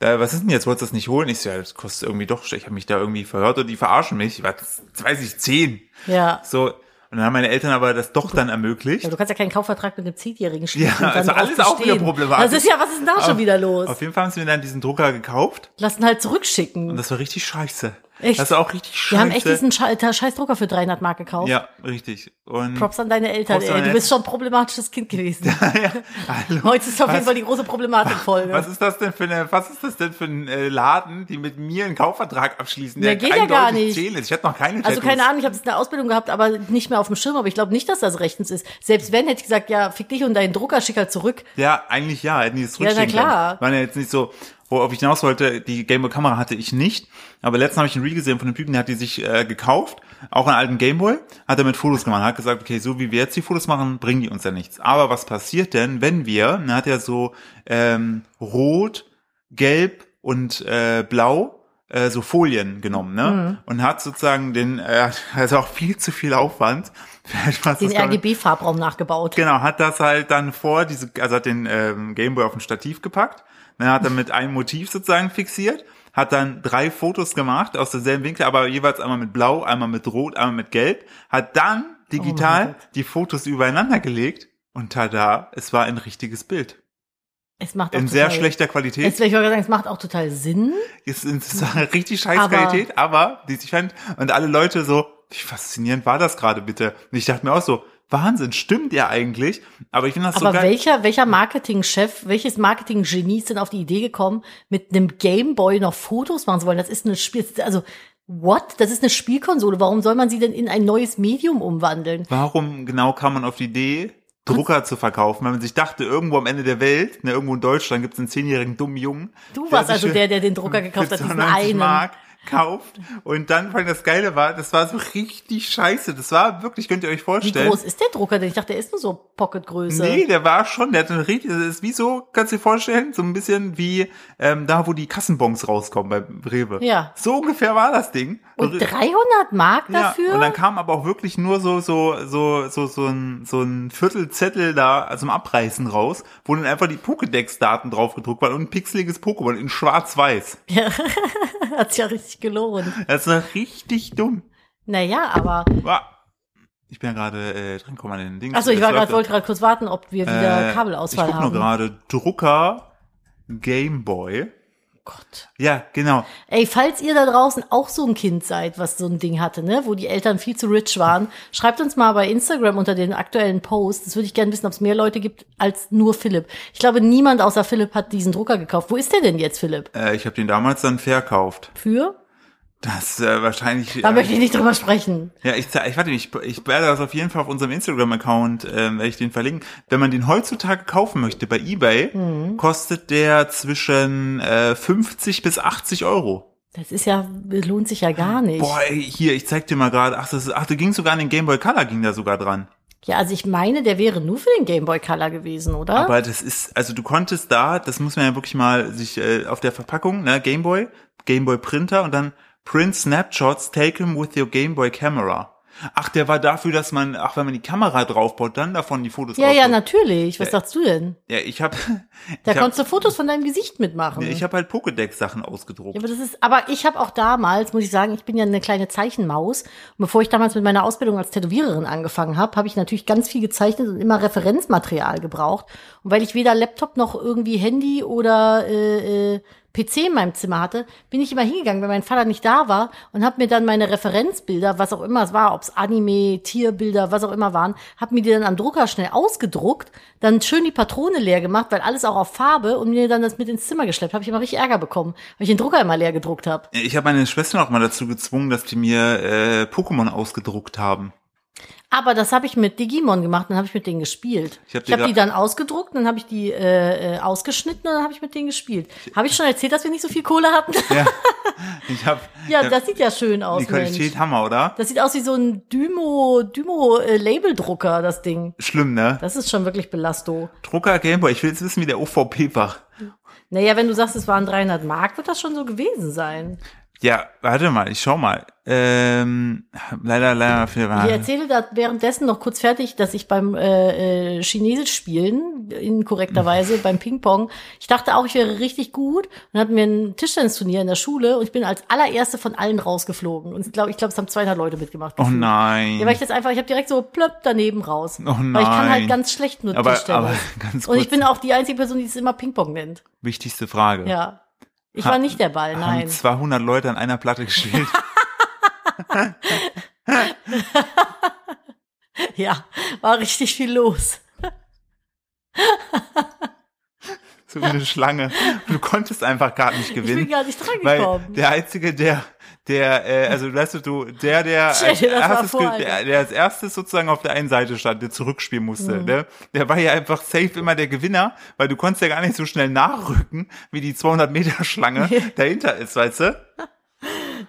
Speaker 1: Da, was ist denn jetzt? Wolltest du das nicht holen? Ich so, ja, das kostet irgendwie doch, ich habe mich da irgendwie verhört und die verarschen mich. Was, das weiß ich, zehn.
Speaker 2: ja.
Speaker 1: So, und dann haben meine Eltern aber das doch dann
Speaker 2: Ja,
Speaker 1: ermöglicht.
Speaker 2: du kannst ja keinen Kaufvertrag mit einem Zehnjährigen schließen.
Speaker 1: Ja,
Speaker 2: und dann
Speaker 1: also
Speaker 2: drauf
Speaker 1: alles auch wieder
Speaker 2: bestehen.
Speaker 1: problematisch.
Speaker 2: Das ist ja, was ist denn da schon wieder los?
Speaker 1: Auf jeden Fall haben sie mir dann diesen Drucker gekauft
Speaker 2: Lassen halt
Speaker 1: und
Speaker 2: zurückschicken.
Speaker 1: das war richtig scheiße.
Speaker 2: Echt?
Speaker 1: Das war auch richtig scheiße.
Speaker 2: Wir haben echt diesen Sche scheiß Drucker für 300 Mark gekauft.
Speaker 1: Ja, richtig. Und
Speaker 2: Props an deine Eltern,
Speaker 1: Props an
Speaker 2: ey. Du
Speaker 1: deine
Speaker 2: bist schon ein problematisches Kind gewesen.
Speaker 1: ja, hallo.
Speaker 2: Heute ist auf jeden
Speaker 1: Was?
Speaker 2: Fall die große Problematikfolge.
Speaker 1: Was ist das denn für eine, was ist das denn für ein äh, Laden, die mit mir einen Kaufvertrag abschließen?
Speaker 2: Ja, geht ja gar
Speaker 1: eindeutig
Speaker 2: nicht.
Speaker 1: zehn Ist. Ich hatte noch keine
Speaker 2: Also
Speaker 1: Tattoos.
Speaker 2: keine Ahnung, ich habe es in der Ausbildung gehabt, aber nicht mehr auf dem Schirm, aber ich glaube nicht, dass das rechtens ist. Selbst wenn, hätte ich gesagt, ja, fick dich und deinen Drucker schick halt zurück.
Speaker 1: Ja, eigentlich ja, hätten die es
Speaker 2: na
Speaker 1: zurückschicken
Speaker 2: klar.
Speaker 1: können. Waren ja jetzt nicht so, worauf ich hinaus wollte, die Gameboy-Kamera hatte ich nicht. Aber letztens habe ich einen Reel gesehen von einem Typen, der hat die sich äh, gekauft, auch einen alten Gameboy, hat damit Fotos gemacht, hat gesagt, okay, so wie wir jetzt die Fotos machen, bringen die uns ja nichts. Aber was passiert denn, wenn wir, und er hat ja so ähm, rot, gelb und äh, blau, äh, so Folien genommen,
Speaker 2: Mhm.
Speaker 1: ne? Und hat sozusagen den, äh, also auch viel zu viel Aufwand. Vielleicht war es
Speaker 2: Den
Speaker 1: das gar nicht-
Speaker 2: RGB-Farbraum nachgebaut.
Speaker 1: Genau, hat das halt dann vor, diese, also hat den ähm, Gameboy auf ein Stativ gepackt, dann hat damit ein Motiv sozusagen fixiert, hat dann drei Fotos gemacht aus derselben Winkel, aber jeweils einmal mit Blau, einmal mit Rot, einmal mit Gelb, hat dann
Speaker 2: Oh mein
Speaker 1: digital
Speaker 2: Gott.
Speaker 1: die Fotos übereinander gelegt und tada, es war ein richtiges Bild.
Speaker 2: Es macht auch
Speaker 1: In
Speaker 2: total,
Speaker 1: sehr schlechter
Speaker 2: Jetzt
Speaker 1: Qualität.
Speaker 2: will ich mal sagen, es macht auch total Sinn.
Speaker 1: Es ist eine richtig scheiß Qualität, aber die sich fand und alle Leute so, wie faszinierend war das gerade bitte? Und ich dachte mir auch so, Wahnsinn, stimmt ja eigentlich, aber ich finde das so
Speaker 2: Aber
Speaker 1: geil.
Speaker 2: welcher, welcher Marketingchef, welches Marketinggenie ist denn auf die Idee gekommen, mit einem Gameboy noch Fotos machen zu wollen? Das ist eine Spiel, also, what? Das ist eine Spielkonsole. Warum soll man sie denn in ein neues Medium umwandeln?
Speaker 1: Warum genau kam man auf die Idee, Drucker zu verkaufen? Weil man sich dachte, irgendwo am Ende der Welt, ne, irgendwo in Deutschland gibt es einen zehnjährigen dummen Jungen.
Speaker 2: Du
Speaker 1: der
Speaker 2: warst
Speaker 1: sich
Speaker 2: also
Speaker 1: für-
Speaker 2: der, der den Drucker gekauft
Speaker 1: für
Speaker 2: hat, diesen
Speaker 1: 92
Speaker 2: einen.
Speaker 1: Mark kauft. Und dann, vor allem das Geile war, das war so richtig scheiße. Das war wirklich, könnt ihr euch
Speaker 2: Wie
Speaker 1: vorstellen.
Speaker 2: groß ist der Drucker denn? Ich dachte, der ist nur so Pocketgröße.
Speaker 1: Nee, der war schon, der hatte eine richtig, das ist wie so, kannst du dir vorstellen, so ein bisschen wie ähm, da, wo die Kassenbons rauskommen bei Rewe.
Speaker 2: Ja.
Speaker 1: So ungefähr war das Ding.
Speaker 2: Und 300 Mark dafür?
Speaker 1: Also Ja, und dann kam aber auch wirklich nur so so so so so ein so ein Viertelzettel da äh, zum Abreißen raus, wo dann einfach die Pokédex Daten drauf gedruckt waren und ein pixeliges Pokémon in schwarz-weiß.
Speaker 2: Hat sich ja richtig gelohnt.
Speaker 1: Das war richtig dumm.
Speaker 2: Naja, aber.
Speaker 1: Wah. Ich bin ja gerade äh, dran gekommen an den Ding.
Speaker 2: Achso, also ich war
Speaker 1: Das
Speaker 2: gerade, wollte
Speaker 1: läuft
Speaker 2: gerade kurz warten, ob wir wieder
Speaker 1: Äh,
Speaker 2: Kabelausfall
Speaker 1: Ich guck nur
Speaker 2: haben.
Speaker 1: gerade Drucker Gameboy.
Speaker 2: Oh Gott.
Speaker 1: Ja, genau.
Speaker 2: Ey, falls ihr da draußen auch so ein Kind seid, was so ein Ding hatte, ne, wo die Eltern viel zu rich waren, schreibt uns mal bei Instagram unter den aktuellen Post. Das würde ich gerne wissen, ob es mehr Leute gibt als nur Philipp. Ich glaube, niemand außer Philipp hat diesen Drucker gekauft. Wo ist der denn jetzt, Philipp?
Speaker 1: Äh, ich habe den damals dann verkauft.
Speaker 2: Für?
Speaker 1: Das äh, wahrscheinlich.
Speaker 2: Da
Speaker 1: äh,
Speaker 2: möchte ich nicht drüber sprechen.
Speaker 1: Ja, ich, zeig- ich warte, ich, ich werde das auf jeden Fall auf unserem Instagram-Account, ähm, werde ich den verlinken. Wenn man den heutzutage kaufen möchte bei eBay,
Speaker 2: Mhm.
Speaker 1: kostet der zwischen äh, 50 bis 80 Euro.
Speaker 2: Das ist ja, lohnt sich ja gar nicht.
Speaker 1: Boah, ey, hier, ich zeig dir mal gerade. Ach, das ist, ach, da ging sogar an den Game Boy Color, ging da sogar dran.
Speaker 2: Ja, also ich meine, der wäre nur für den Game Boy Color gewesen, oder?
Speaker 1: Aber das ist, also du konntest da, das muss man ja wirklich mal sich äh, auf der Verpackung, ne, Game Boy, Game Boy Printer und dann Print Snapshots taken with your Game Boy Camera. Ach, der war dafür, dass man, ach, wenn man die Kamera draufbaut, dann davon die Fotos
Speaker 2: ja, ja,
Speaker 1: rausholt.
Speaker 2: natürlich. Was sagst du denn?
Speaker 1: Ja, ich habe
Speaker 2: Da
Speaker 1: ich hab,
Speaker 2: konntest du Fotos von deinem Gesicht mitmachen.
Speaker 1: nee, ich hab halt Pokédex-Sachen
Speaker 2: Ja,
Speaker 1: ausgedruckt.
Speaker 2: aber das ist, aber ich habe auch damals, muss ich sagen, ich bin ja eine kleine Zeichenmaus. Und bevor ich damals mit meiner Ausbildung als Tätowiererin angefangen habe, habe ich natürlich ganz viel gezeichnet und immer Referenzmaterial gebraucht. Und weil ich weder Laptop noch irgendwie Handy oder äh, äh, PC in meinem Zimmer hatte, bin ich immer hingegangen, wenn mein Vater nicht da war und habe mir dann meine Referenzbilder, was auch immer es war, ob's Anime, Tierbilder, was auch immer waren, habe mir die dann am Drucker schnell ausgedruckt, dann schön die Patrone leer gemacht, weil alles auch auf Farbe und mir dann das mit ins Zimmer geschleppt. Habe ich immer richtig Ärger bekommen, weil ich den Drucker immer leer gedruckt habe.
Speaker 1: Ich habe meine Schwester noch mal dazu gezwungen, dass die mir äh, Pokémon ausgedruckt haben.
Speaker 2: Aber das habe ich mit Digimon gemacht, dann habe ich mit denen gespielt.
Speaker 1: Ich
Speaker 2: Ich
Speaker 1: hab
Speaker 2: habe
Speaker 1: die
Speaker 2: hab
Speaker 1: da-
Speaker 2: die dann ausgedruckt, dann habe ich die äh, äh, ausgeschnitten und dann habe ich mit denen gespielt. Habe ich schon erzählt, dass wir nicht so viel Kohle hatten?
Speaker 1: Ja, ich habe
Speaker 2: ja, das sieht ja schön aus,
Speaker 1: die Qualität
Speaker 2: Mensch.
Speaker 1: Hammer, oder?
Speaker 2: Das sieht aus wie so ein Dymo, Dymo äh, Labeldrucker, das Ding.
Speaker 1: Schlimm, ne?
Speaker 2: Das ist schon wirklich belasto.
Speaker 1: Drucker Gameboy, ich will jetzt wissen, wie der OVP war.
Speaker 2: Naja, wenn du sagst, es waren 300 Mark, wird das schon so gewesen sein.
Speaker 1: Ja, warte mal, ich schau mal. Ähm, leider, leider viel
Speaker 2: Ich
Speaker 1: war.
Speaker 2: erzähle da währenddessen noch kurz fertig, dass ich beim äh, äh, Chinesisch spielen, inkorrekterweise beim Ping-Pong, ich dachte auch, ich wäre richtig gut und hatten wir ein Tischtennisturnier in der Schule und ich bin als allererste von allen rausgeflogen. Und ich glaube, ich glaub, es haben 200 Leute mitgemacht.
Speaker 1: Oh
Speaker 2: gefühlt.
Speaker 1: nein.
Speaker 2: Ja, weil ich das einfach, ich habe direkt so plöpp daneben raus.
Speaker 1: Oh nein.
Speaker 2: Weil ich kann halt ganz schlecht nur
Speaker 1: aber,
Speaker 2: Tischtennis.
Speaker 1: aber ganz
Speaker 2: und ich
Speaker 1: kurz,
Speaker 2: bin auch die einzige Person, die es immer Ping-Pong nennt.
Speaker 1: wichtigste Frage.
Speaker 2: Ja. Ich
Speaker 1: Ha-
Speaker 2: war nicht der Ball,
Speaker 1: Haben
Speaker 2: nein.
Speaker 1: 200 Leute an einer Platte gespielt.
Speaker 2: Ja, war richtig viel los.
Speaker 1: so wie eine Schlange. Du konntest einfach gar nicht
Speaker 2: Ich bin
Speaker 1: gewinnen.
Speaker 2: gar nicht dran
Speaker 1: Weil
Speaker 2: gekommen.
Speaker 1: der einzige, der, der, äh, also weißt du, du, der, der als,
Speaker 2: Stell dir das mal
Speaker 1: erstes,
Speaker 2: vor,
Speaker 1: ge-
Speaker 2: Alter. Mhm.
Speaker 1: der, der als erstes sozusagen auf der einen Seite stand, der zurückspielen musste, ne? der war ja einfach safe immer der Gewinner, weil du konntest ja gar nicht so schnell nachrücken, wie die 200 Meter Schlange dahinter ist, weißt du?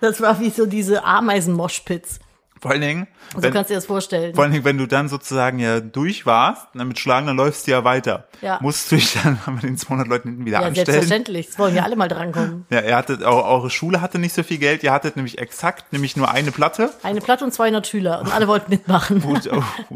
Speaker 2: Das war wie so diese Ameisen-Moshpits.
Speaker 1: Vor allen Dingen,
Speaker 2: So
Speaker 1: wenn,
Speaker 2: Also kannst du dir das vorstellen.
Speaker 1: vor allen Dingen, wenn du dann sozusagen ja durch warst, dann mit Schlagen, dann läufst du ja weiter.
Speaker 2: Ja.
Speaker 1: Musst du dich dann mit den 200 Leuten hinten wieder
Speaker 2: ja,
Speaker 1: anstellen.
Speaker 2: selbstverständlich. Es wollen ja alle mal drankommen.
Speaker 1: Ja, ihr hattet, eu- eure Schule hatte nicht so viel Geld, ihr hattet nämlich exakt, nämlich nur eine Platte
Speaker 2: Eine Platte und 200 Schüler und alle wollten mitmachen.
Speaker 1: und, und, oh,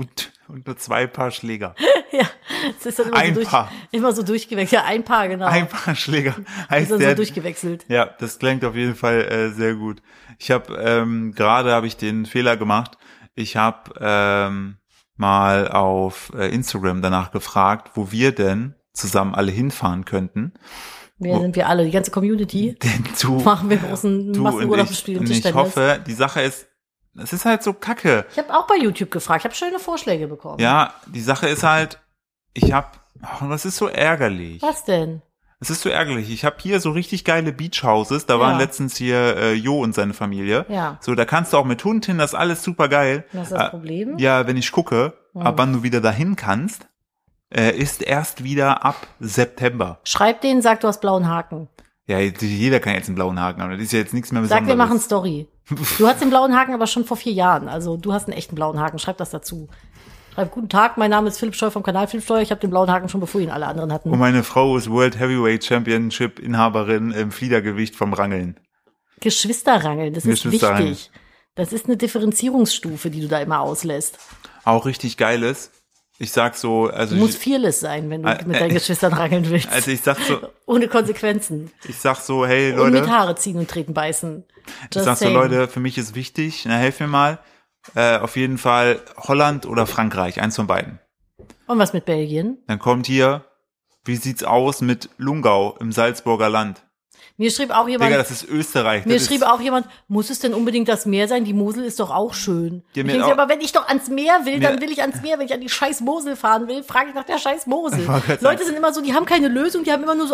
Speaker 1: und nur zwei Paar Schläger.
Speaker 2: ja, es ist dann immer
Speaker 1: Ein
Speaker 2: so durch,
Speaker 1: Paar.
Speaker 2: immer so durchgewechselt. Ja, ein Paar, genau.
Speaker 1: Ein Paar Schläger heißt
Speaker 2: ist dann so
Speaker 1: der.
Speaker 2: durchgewechselt.
Speaker 1: ja, das klingt auf jeden Fall äh, sehr gut. Ich habe ähm, gerade habe ich den Fehler gemacht. Ich habe ähm, mal auf äh, Instagram danach gefragt, wo wir denn zusammen alle hinfahren könnten.
Speaker 2: Wer sind wir alle? Die ganze Community
Speaker 1: Denn du,
Speaker 2: machen wir großen
Speaker 1: du und
Speaker 2: Massenurlaub
Speaker 1: ich,
Speaker 2: spielen
Speaker 1: und ich
Speaker 2: Tischtennis.
Speaker 1: hoffe, die Sache ist, es ist halt so kacke.
Speaker 2: Ich habe auch bei YouTube gefragt. Ich habe schöne Vorschläge bekommen.
Speaker 1: Ja, die Sache ist halt, ich habe, oh, das ist so ärgerlich.
Speaker 2: Was denn?
Speaker 1: Es ist so ärgerlich. Ich habe hier so richtig geile Beachhouses. Da waren
Speaker 2: Ja.
Speaker 1: letztens hier äh, Jo und seine Familie.
Speaker 2: Ja.
Speaker 1: So, da kannst du auch mit Hund hin, das ist alles super geil.
Speaker 2: Was ist das
Speaker 1: Äh,
Speaker 2: Problem? Mhm.
Speaker 1: Ja, wenn ich gucke, ab wann du wieder dahin kannst, äh, ist erst wieder ab September.
Speaker 2: Schreib denen, sag, du hast blauen Haken.
Speaker 1: Ja, jetzt- jeder kann jetzt einen blauen Haken haben. Das ist ja jetzt nichts mehr
Speaker 2: Sag,
Speaker 1: Besonderes.
Speaker 2: wir machen Story. Du hast den blauen Haken aber schon vor vier Jahren. Also du hast einen echten blauen Haken. Schreib das dazu. Schreib, guten Tag, mein Name ist Philipp Steuer vom Kanal Philipp Steuer. Ich habe den blauen Haken schon bevor ihn alle anderen hatten.
Speaker 1: Und meine Frau ist World Heavyweight Championship Inhaberin im Fliedergewicht vom Rangeln.
Speaker 2: Geschwisterrangeln, das ist
Speaker 1: Geschwisterrangeln.
Speaker 2: wichtig. Das ist eine Differenzierungsstufe, die du da immer auslässt.
Speaker 1: Auch richtig geiles. Ich sag so, also
Speaker 2: Du musst
Speaker 1: ich,
Speaker 2: vieles sein, wenn du
Speaker 1: Äh,
Speaker 2: mit
Speaker 1: äh,
Speaker 2: deinen Geschwistern rangeln willst.
Speaker 1: also ich sag so,
Speaker 2: Ohne Konsequenzen.
Speaker 1: ich sag so, hey
Speaker 2: Und
Speaker 1: Leute.
Speaker 2: mit Haare ziehen und treten beißen.
Speaker 1: Ich
Speaker 2: Just
Speaker 1: sag so,
Speaker 2: saying.
Speaker 1: Leute, für mich ist wichtig, na, helf mir mal. Äh, auf jeden Fall Holland oder Frankreich, eins von beiden.
Speaker 2: Und was mit Belgien?
Speaker 1: Dann kommt hier, wie sieht's aus mit Lungau im Salzburger Land?
Speaker 2: Mir schrieb auch jemand,
Speaker 1: Digga, das ist Österreich.
Speaker 2: mir
Speaker 1: das
Speaker 2: schrieb
Speaker 1: ist,
Speaker 2: auch jemand, muss es denn unbedingt das Meer sein? Die Mosel ist doch auch schön.
Speaker 1: Ja,
Speaker 2: ich
Speaker 1: mir
Speaker 2: denke,
Speaker 1: auch-
Speaker 2: aber wenn ich doch ans Meer will,
Speaker 1: Mir-
Speaker 2: dann will ich ans Meer. Wenn ich an die scheiß Mosel fahren will, frage ich nach der scheiß Mosel.
Speaker 1: Ich wollte gerade
Speaker 2: Leute
Speaker 1: sagen-
Speaker 2: sind immer so, die haben keine Lösung, die haben immer nur so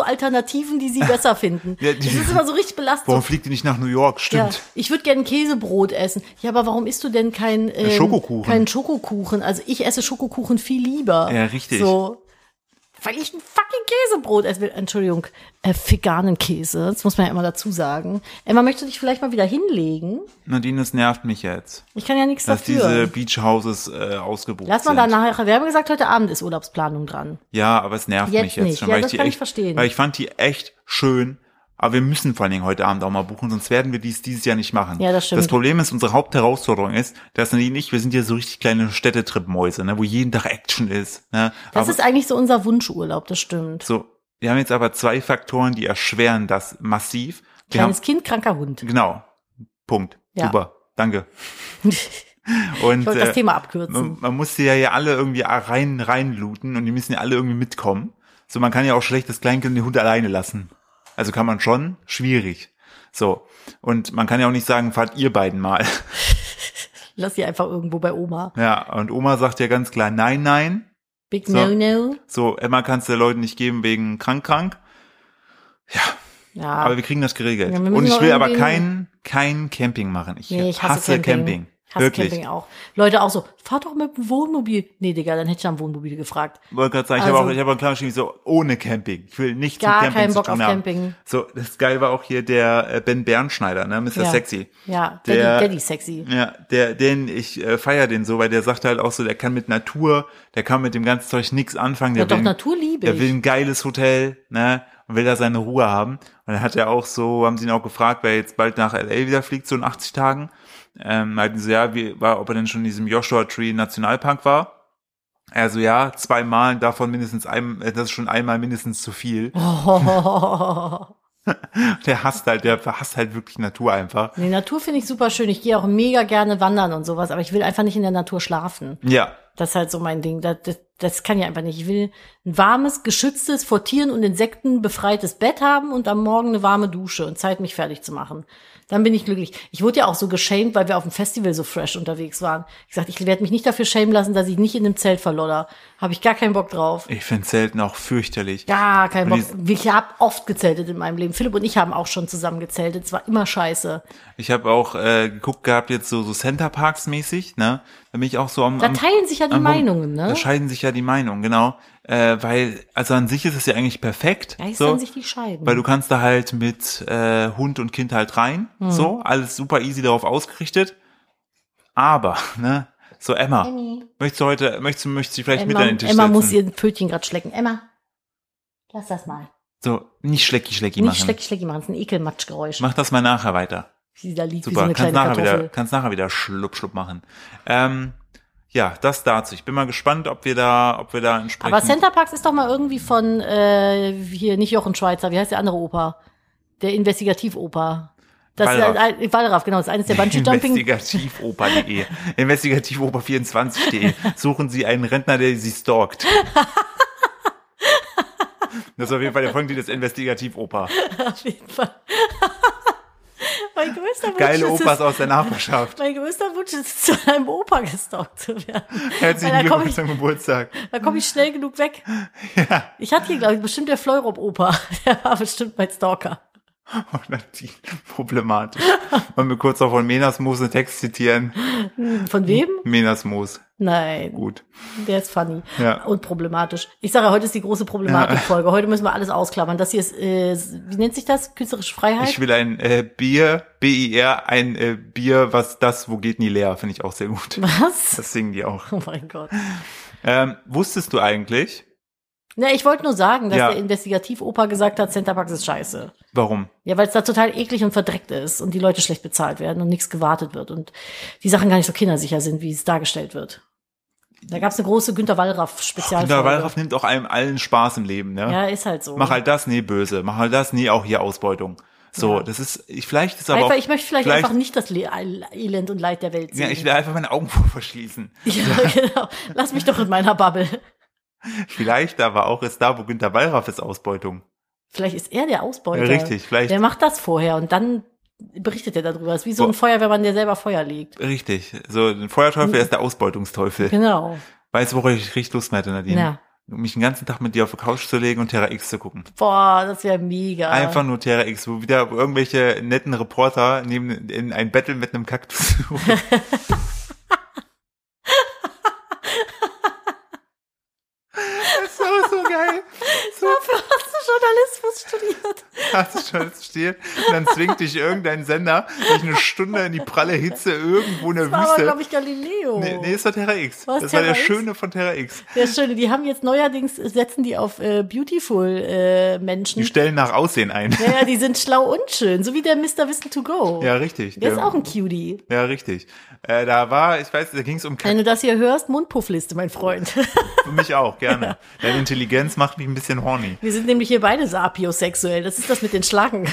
Speaker 2: Alternativen, die sie besser finden.
Speaker 1: Ja, die-
Speaker 2: das ist immer so richtig belastend.
Speaker 1: warum fliegt ihr nicht nach New York?
Speaker 2: Ja,
Speaker 1: Stimmt.
Speaker 2: ich würde gerne Käsebrot essen. Ja, aber warum isst du denn kein, ähm,
Speaker 1: Äh, Schokokuchen.
Speaker 2: keinen Schokokuchen? Also ich esse Schokokuchen viel lieber.
Speaker 1: Ja, richtig.
Speaker 2: So. Weil ich ein fucking Käsebrot essen will. Entschuldigung, äh, veganen Käse. Das muss man ja immer dazu sagen. Emma, möchtest du dich vielleicht mal wieder hinlegen?
Speaker 1: Nadine, das nervt mich jetzt,
Speaker 2: Ich kann ja nichts
Speaker 1: dass diese
Speaker 2: dafür.
Speaker 1: Beachhouses äh, ausgebucht
Speaker 2: Lass mal
Speaker 1: sind.
Speaker 2: da nachher. Wir haben gesagt, heute Abend ist Urlaubsplanung dran.
Speaker 1: Ja, aber es nervt
Speaker 2: Jetzt
Speaker 1: mich jetzt
Speaker 2: nicht.
Speaker 1: schon,
Speaker 2: Ja,
Speaker 1: weil
Speaker 2: das
Speaker 1: ich die
Speaker 2: kann ich
Speaker 1: echt,
Speaker 2: verstehen.
Speaker 1: Weil ich fand die echt schön. Aber wir müssen vor allen Dingen heute Abend auch mal buchen, sonst werden wir dies dieses Jahr nicht machen.
Speaker 2: Ja, das stimmt.
Speaker 1: Das Problem ist, unsere Hauptherausforderung ist, dass Nadine nicht, wir sind ja so richtig kleine Städtetripmäuse, ne, wo jeden Tag Action ist. Ne?
Speaker 2: Das
Speaker 1: aber
Speaker 2: ist eigentlich so unser Wunschurlaub, das stimmt.
Speaker 1: so, wir haben jetzt aber zwei Faktoren, die erschweren das massiv. Wir haben,
Speaker 2: Kleines Kind, kranker Hund.
Speaker 1: genau. Punkt.
Speaker 2: Ja.
Speaker 1: Super. Danke.
Speaker 2: Ich
Speaker 1: Und
Speaker 2: wollte das
Speaker 1: äh,
Speaker 2: Thema abkürzen.
Speaker 1: man, man muss die ja, ja alle irgendwie rein reinlooten und die müssen ja alle irgendwie mitkommen. So, man kann ja auch schlecht das Kleinkind und den Hund alleine lassen. Also kann man schon, schwierig. So. Und man kann ja auch nicht sagen, fahrt ihr beiden mal.
Speaker 2: Lass sie einfach irgendwo bei Oma.
Speaker 1: Ja, und Oma sagt ja ganz klar, nein, nein.
Speaker 2: Big
Speaker 1: So.
Speaker 2: No-No.
Speaker 1: So, Emma kannst du der Leuten nicht geben wegen krank, krank.
Speaker 2: Ja.
Speaker 1: Aber wir kriegen das geregelt.
Speaker 2: Ah. Ja, wir müssen
Speaker 1: und ich
Speaker 2: doch
Speaker 1: will aber
Speaker 2: irgendwie-
Speaker 1: kein, kein Camping machen. Ich,
Speaker 2: Nee, ich hasse,
Speaker 1: hasse Camping.
Speaker 2: Ich Hasse
Speaker 1: Wirklich.
Speaker 2: Camping auch. Leute auch so, fahr doch mit dem Wohnmobil. Nee, Digga, dann hätte ich nach dem Wohnmobil gefragt.
Speaker 1: wollte gerade sagen, ich
Speaker 2: Also-
Speaker 1: habe auch, ich habe auch klar geschrieben, so ohne Camping. Ich will nichts
Speaker 2: Gar
Speaker 1: mit Camping
Speaker 2: keinen
Speaker 1: zu
Speaker 2: Bock
Speaker 1: tun
Speaker 2: auf
Speaker 1: haben.
Speaker 2: Camping.
Speaker 1: So, das geil war auch hier der äh, Ben Bernschneider, ne, Mr.
Speaker 2: Ja.
Speaker 1: Sexy.
Speaker 2: Ja, Daddy,
Speaker 1: Der-
Speaker 2: Daddy sexy.
Speaker 1: Ja, der, den, ich äh, feier den so, weil der sagt halt auch so, der kann mit Natur, der kann mit dem ganzen Zeug nichts anfangen. Der
Speaker 2: Ja, doch,
Speaker 1: will,
Speaker 2: Natur liebe
Speaker 1: Der will
Speaker 2: ich.
Speaker 1: ein geiles Hotel, ne, und will da seine Ruhe haben. Und dann hat er auch so, haben sie ihn auch gefragt, wer jetzt bald nach L.A. wieder fliegt, so in 80 Tagen. Ähm, meinten sie, ja, wie, war, ob er denn schon in diesem Joshua Tree Nationalpark war. Also ja, zweimal, davon mindestens einem, äh, das ist schon einmal mindestens zu viel.
Speaker 2: Oh.
Speaker 1: Der hasst halt, der hasst halt wirklich Natur einfach.
Speaker 2: Nee, Natur finde ich super schön. Ich gehe auch mega gerne wandern und sowas, aber ich will einfach nicht in der Natur schlafen.
Speaker 1: Ja,
Speaker 2: Das ist halt so mein Ding. Das, das, das kann ich einfach nicht. Ich will ein warmes, geschütztes, vor Tieren und Insekten befreites Bett haben und am Morgen eine warme Dusche und Zeit, mich fertig zu machen. Dann bin ich glücklich. Ich wurde ja auch so geschämt, weil wir auf dem Festival so fresh unterwegs waren. Ich sagte, ich werde mich nicht dafür schämen lassen, dass ich nicht in dem Zelt verlodder. Habe ich gar keinen Bock drauf.
Speaker 1: ich finde Zelten auch fürchterlich.
Speaker 2: Gar keinen Bock.
Speaker 1: Und
Speaker 2: Ich habe oft gezeltet in meinem Leben. Philipp und ich haben auch schon zusammen gezeltet. Es war immer scheiße.
Speaker 1: Ich habe auch äh, geguckt gehabt, jetzt so, so Centerparks mäßig, ne? Da bin ich auch so am.
Speaker 2: Da
Speaker 1: am-
Speaker 2: teilen sich ja die
Speaker 1: am-
Speaker 2: Meinungen,
Speaker 1: Da
Speaker 2: ne?
Speaker 1: scheiden sich ja die Meinungen, genau. Äh, weil, also an sich ist es ja eigentlich perfekt.
Speaker 2: Geistern
Speaker 1: so,
Speaker 2: sich die Scheiben.
Speaker 1: weil du kannst da halt mit äh, Hund und Kind halt rein.
Speaker 2: Mhm.
Speaker 1: So, alles super easy darauf ausgerichtet. Aber, ne? So, Emma, möchtest du heute, möchtest du, möchtest du dich vielleicht mit
Speaker 2: Emma,
Speaker 1: an den Tisch
Speaker 2: Emma
Speaker 1: setzen?
Speaker 2: muss ihr Pfötchen gerade schlecken. Emma, lass das mal.
Speaker 1: so, nicht schlecki schlecki
Speaker 2: Nicht
Speaker 1: machen.
Speaker 2: schlecki schlecki machen, das ist ein Ekelmatschgeräusch.
Speaker 1: Mach das mal nachher weiter.
Speaker 2: Wie sie da liegt, wie so
Speaker 1: Super,
Speaker 2: eine
Speaker 1: kannst
Speaker 2: kleine
Speaker 1: nachher
Speaker 2: Kartoffel.
Speaker 1: wieder, kannst nachher wieder schlupp schlupp machen. Ähm, ja, das dazu. Ich bin mal gespannt, ob wir da, ob wir da entsprechend.
Speaker 2: Aber Centerparks ist doch mal irgendwie von äh, hier nicht Jochen Schweizer, wie heißt der andere Opa? Der Investigativoper. Das
Speaker 1: Wallraff.
Speaker 2: Wallraff. Äh, Wallraff, genau, das ist eines der Bungee Jumping.
Speaker 1: Investigativoper.de. Investigativoper24.de. Suchen Sie einen Rentner, der Sie stalkt. Das ist auf jeden Fall der Folgentitel des Investigativoper.
Speaker 2: Auf jeden Fall. mein größter Wunsch
Speaker 1: Geile
Speaker 2: ist
Speaker 1: Opas
Speaker 2: es,
Speaker 1: aus der Nachbarschaft.
Speaker 2: mein größter Wunsch ist es, zu einem Opa gestalkt zu werden.
Speaker 1: Herzlichen
Speaker 2: Weil da komm
Speaker 1: Glückwunsch
Speaker 2: ich-
Speaker 1: zum Geburtstag.
Speaker 2: Da komme ich schnell genug weg. Ich hatte hier, glaube ich, bestimmt der Fleurop-Opa. Der war bestimmt mein Stalker.
Speaker 1: Oh, Nadine, problematisch. Wollen wir kurz noch von Menas Moos einen Text zitieren? Hm.
Speaker 2: Von wem?
Speaker 1: Menas Moos,
Speaker 2: Nein.
Speaker 1: gut.
Speaker 2: Der ist funny
Speaker 1: Ja.
Speaker 2: und problematisch. Ich sage, ja, heute ist die große Problematik-Folge. Heute müssen wir alles ausklammern. Das hier ist, äh, wie nennt sich das? Künstlerische Freiheit?
Speaker 1: Ich will ein äh, Bier, B-I-R, ein äh, Bier, was das, wo geht nie leer, finde ich auch sehr gut.
Speaker 2: Was?
Speaker 1: Das singen die auch.
Speaker 2: Oh mein Gott.
Speaker 1: Ähm, wusstest du eigentlich,
Speaker 2: Ne, ich wollte nur sagen, dass
Speaker 1: Ja.
Speaker 2: der Investigativoper gesagt hat, Centerparks ist scheiße.
Speaker 1: warum?
Speaker 2: Ja, weil es da total eklig und verdreckt ist und die Leute schlecht bezahlt werden und nichts gewartet wird und die Sachen gar nicht so kindersicher sind, wie es dargestellt wird. Da gab's eine große Günter Wallraff-Spezialfolge.
Speaker 1: Günter Wallraff nimmt auch einem allen Spaß im Leben, ne?
Speaker 2: Ja, ist halt so.
Speaker 1: Mach halt das, nee, böse. Mach halt das, nee, auch hier Ausbeutung. So,
Speaker 2: Ja.
Speaker 1: das ist, ich, vielleicht ist aber
Speaker 2: einfach,
Speaker 1: auch,
Speaker 2: ich möchte vielleicht,
Speaker 1: vielleicht-
Speaker 2: einfach nicht das Le Elend und Leid der Welt
Speaker 1: ja,
Speaker 2: sehen.
Speaker 1: ich will einfach meine Augen vor verschließen.
Speaker 2: ja, genau. Lass mich doch in meiner Bubble.
Speaker 1: Vielleicht aber auch ist da, wo Günter Wallraff ist, Ausbeutung.
Speaker 2: Vielleicht ist er der Ausbeuter.
Speaker 1: Richtig, vielleicht.
Speaker 2: Der macht das vorher und dann berichtet er darüber. Das ist wie so ein
Speaker 1: Wo-
Speaker 2: Feuerwehrmann, der selber Feuer legt.
Speaker 1: Richtig. So, ein Feuerteufel, er ist der Ausbeutungsteufel.
Speaker 2: Mhm. Genau.
Speaker 1: Weißt du, worauf ich richtig Lust mehr hatte, Nadine?
Speaker 2: Ja.
Speaker 1: Um mich den ganzen Tag mit dir auf die Couch zu legen und Terra X zu gucken.
Speaker 2: Boah, das wäre mega.
Speaker 1: Einfach nur Terra X, wo wieder irgendwelche netten Reporter neben, in ein Battle mit einem Kaktus. Das ist so, so geil. So,
Speaker 2: Dafür hast du Journalismus studiert.
Speaker 1: hast du schon das Stil. Und dann zwingt dich irgendein Sender, dich eine Stunde in die pralle Hitze irgendwo in der
Speaker 2: Das war aber,
Speaker 1: Wüste.
Speaker 2: glaube ich, Galileo.
Speaker 1: Nee, nee, ist doch Terra X.
Speaker 2: War es
Speaker 1: das war der
Speaker 2: Terra X?
Speaker 1: Schöne von Terra X.
Speaker 2: Der Schöne, die haben jetzt neuerdings, setzen die auf äh, Beautiful äh, Menschen.
Speaker 1: Die stellen nach Aussehen ein.
Speaker 2: Ja, ja, die sind schlau und schön, so wie der Mr. Wissen to go.
Speaker 1: Ja, richtig.
Speaker 2: Der ist auch ein Cutie.
Speaker 1: Ja, richtig. Äh, da war, ich weiß, da ging es um Kack
Speaker 2: Wenn du das hier hörst, Mundpuffliste, mein Freund.
Speaker 1: für mich auch, gerne. Deine Intelligenz macht mich ein bisschen horny.
Speaker 2: Wir sind nämlich hier beide sapiosexuell. Das ist das mit den Schlangen.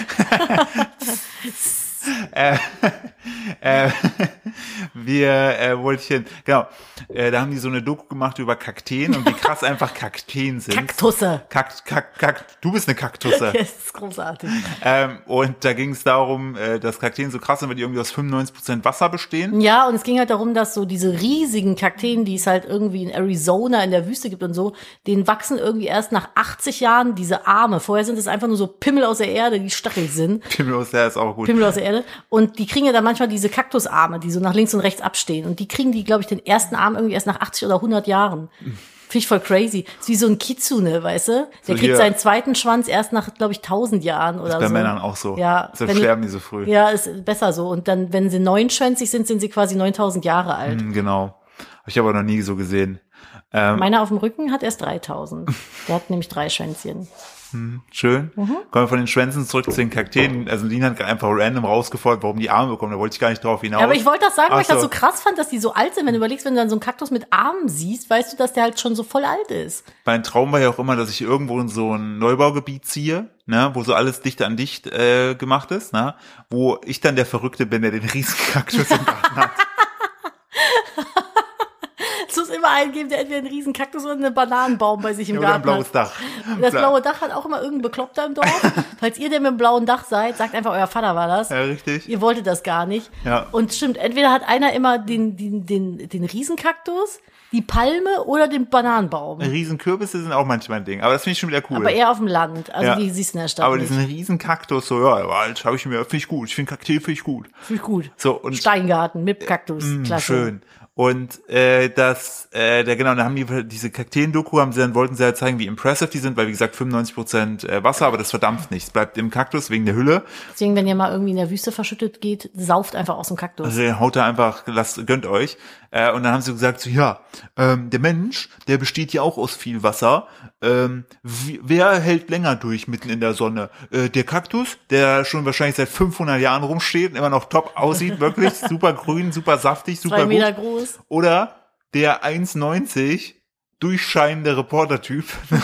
Speaker 1: Wir, äh, wollte ich hin, genau, äh, da haben die so eine Doku gemacht über Kakteen und wie krass einfach Kakteen sind.
Speaker 2: Kaktusse.
Speaker 1: Kakt, kakt, kakt, du bist eine Kaktusse.
Speaker 2: Das ist großartig.
Speaker 1: Ähm, und da ging es darum, äh, dass Kakteen so krass sind, weil die irgendwie aus 95% Wasser bestehen.
Speaker 2: Ja, und es ging halt darum, dass so diese riesigen Kakteen, die es halt irgendwie in Arizona in der Wüste gibt und so, denen wachsen irgendwie erst nach 80 Jahren diese Arme. Vorher sind es einfach nur so Pimmel aus der Erde, die stachelig sind.
Speaker 1: Pimmel der ist auch gut.
Speaker 2: Pimmel aus der Erde. Und die kriegen ja dann manchmal diese Kaktusarme, die so nach links und rechts abstehen. Und die kriegen die, glaube ich, den ersten Arm irgendwie erst nach 80 oder 100 Jahren. Finde ich voll crazy. Ist wie so ein Kitsune, weißt du? Der
Speaker 1: hier.
Speaker 2: kriegt seinen zweiten Schwanz erst nach, glaube ich, 1000 Jahren oder
Speaker 1: Bei
Speaker 2: so.
Speaker 1: Männern auch so.
Speaker 2: Ja.
Speaker 1: So
Speaker 2: wenn
Speaker 1: sterben die so früh.
Speaker 2: Ja, ist besser so. Und dann, wenn sie neunschwänzig sind, sind sie quasi 9000 Jahre alt.
Speaker 1: Hm, Genau. Hab ich aber noch nie so gesehen.
Speaker 2: Meiner auf dem Rücken hat erst 3000. Der hat nämlich drei Schwänzchen.
Speaker 1: Schön.
Speaker 2: Mhm.
Speaker 1: Kommen wir von den Schwänzen zurück zu den Kakteen. Also Lina hat gerade einfach random rausgefordert, warum die Arme bekommen. Da wollte ich gar nicht drauf hinaus.
Speaker 2: Ja, aber ich wollte das sagen,
Speaker 1: Ach
Speaker 2: weil ich das
Speaker 1: so.
Speaker 2: so krass fand, dass die so alt sind. Wenn du überlegst, wenn du dann so einen Kaktus mit Armen siehst, weißt du, dass der halt schon so voll alt ist.
Speaker 1: mein Traum war ja auch immer, dass ich irgendwo in so ein Neubaugebiet ziehe, ne, wo so alles dicht an dicht äh, gemacht ist, ne, wo ich dann der Verrückte bin, der den Riesenkaktus im Garten hat.
Speaker 2: Es muss immer einen geben, der entweder einen riesen Kaktus oder einen Bananenbaum bei sich im
Speaker 1: Oder ein
Speaker 2: Garten
Speaker 1: blaues
Speaker 2: hat.
Speaker 1: Dach.
Speaker 2: Das blaue Dach hat auch immer irgendein Bekloppter im Dorf. Falls ihr der mit dem blauen Dach seid, sagt einfach, euer Vater war das.
Speaker 1: Ja, richtig.
Speaker 2: Ihr wolltet das gar nicht.
Speaker 1: Ja.
Speaker 2: Und stimmt, entweder hat einer immer den, den, den, den Riesenkaktus, die Palme oder den Bananenbaum.
Speaker 1: Riesenkürbisse sind auch manchmal ein Ding. Aber das finde ich schon wieder cool.
Speaker 2: Aber eher auf dem Land. Also
Speaker 1: Ja.
Speaker 2: die siehst du in der Stadt
Speaker 1: aber
Speaker 2: nicht.
Speaker 1: diesen Riesenkaktus, so, ja, alt, habe ich mir, finde ich gut. Ich finde Kakteen, finde ich gut.
Speaker 2: Finde ich gut.
Speaker 1: So, und Mm,
Speaker 2: Steingarten mit Kaktus. Klasse.
Speaker 1: Hm, Schön. Und äh, das, äh, da genau, da haben die diese Kakteen-Doku, haben sie dann wollten sie halt zeigen, wie impressive die sind, weil wie gesagt 95 äh, Wasser, aber das verdampft nichts, bleibt im Kaktus wegen der Hülle.
Speaker 2: Deswegen, wenn ihr mal irgendwie in der Wüste verschüttet geht, sauft einfach aus dem Kaktus.
Speaker 1: Also haut da einfach, lasst, gönnt euch. Äh, und dann haben sie gesagt, so, ja, ähm, der Mensch, der besteht ja auch aus viel Wasser. Ähm, wie, wer hält länger durch mitten in der Sonne? Äh, der Kaktus, der schon wahrscheinlich seit 500 Jahren rumsteht und immer noch top aussieht, wirklich super grün, super saftig, super
Speaker 2: Zwei
Speaker 1: gut.
Speaker 2: Meter groß.
Speaker 1: Oder der 1,90 durchscheinende Reportertyp,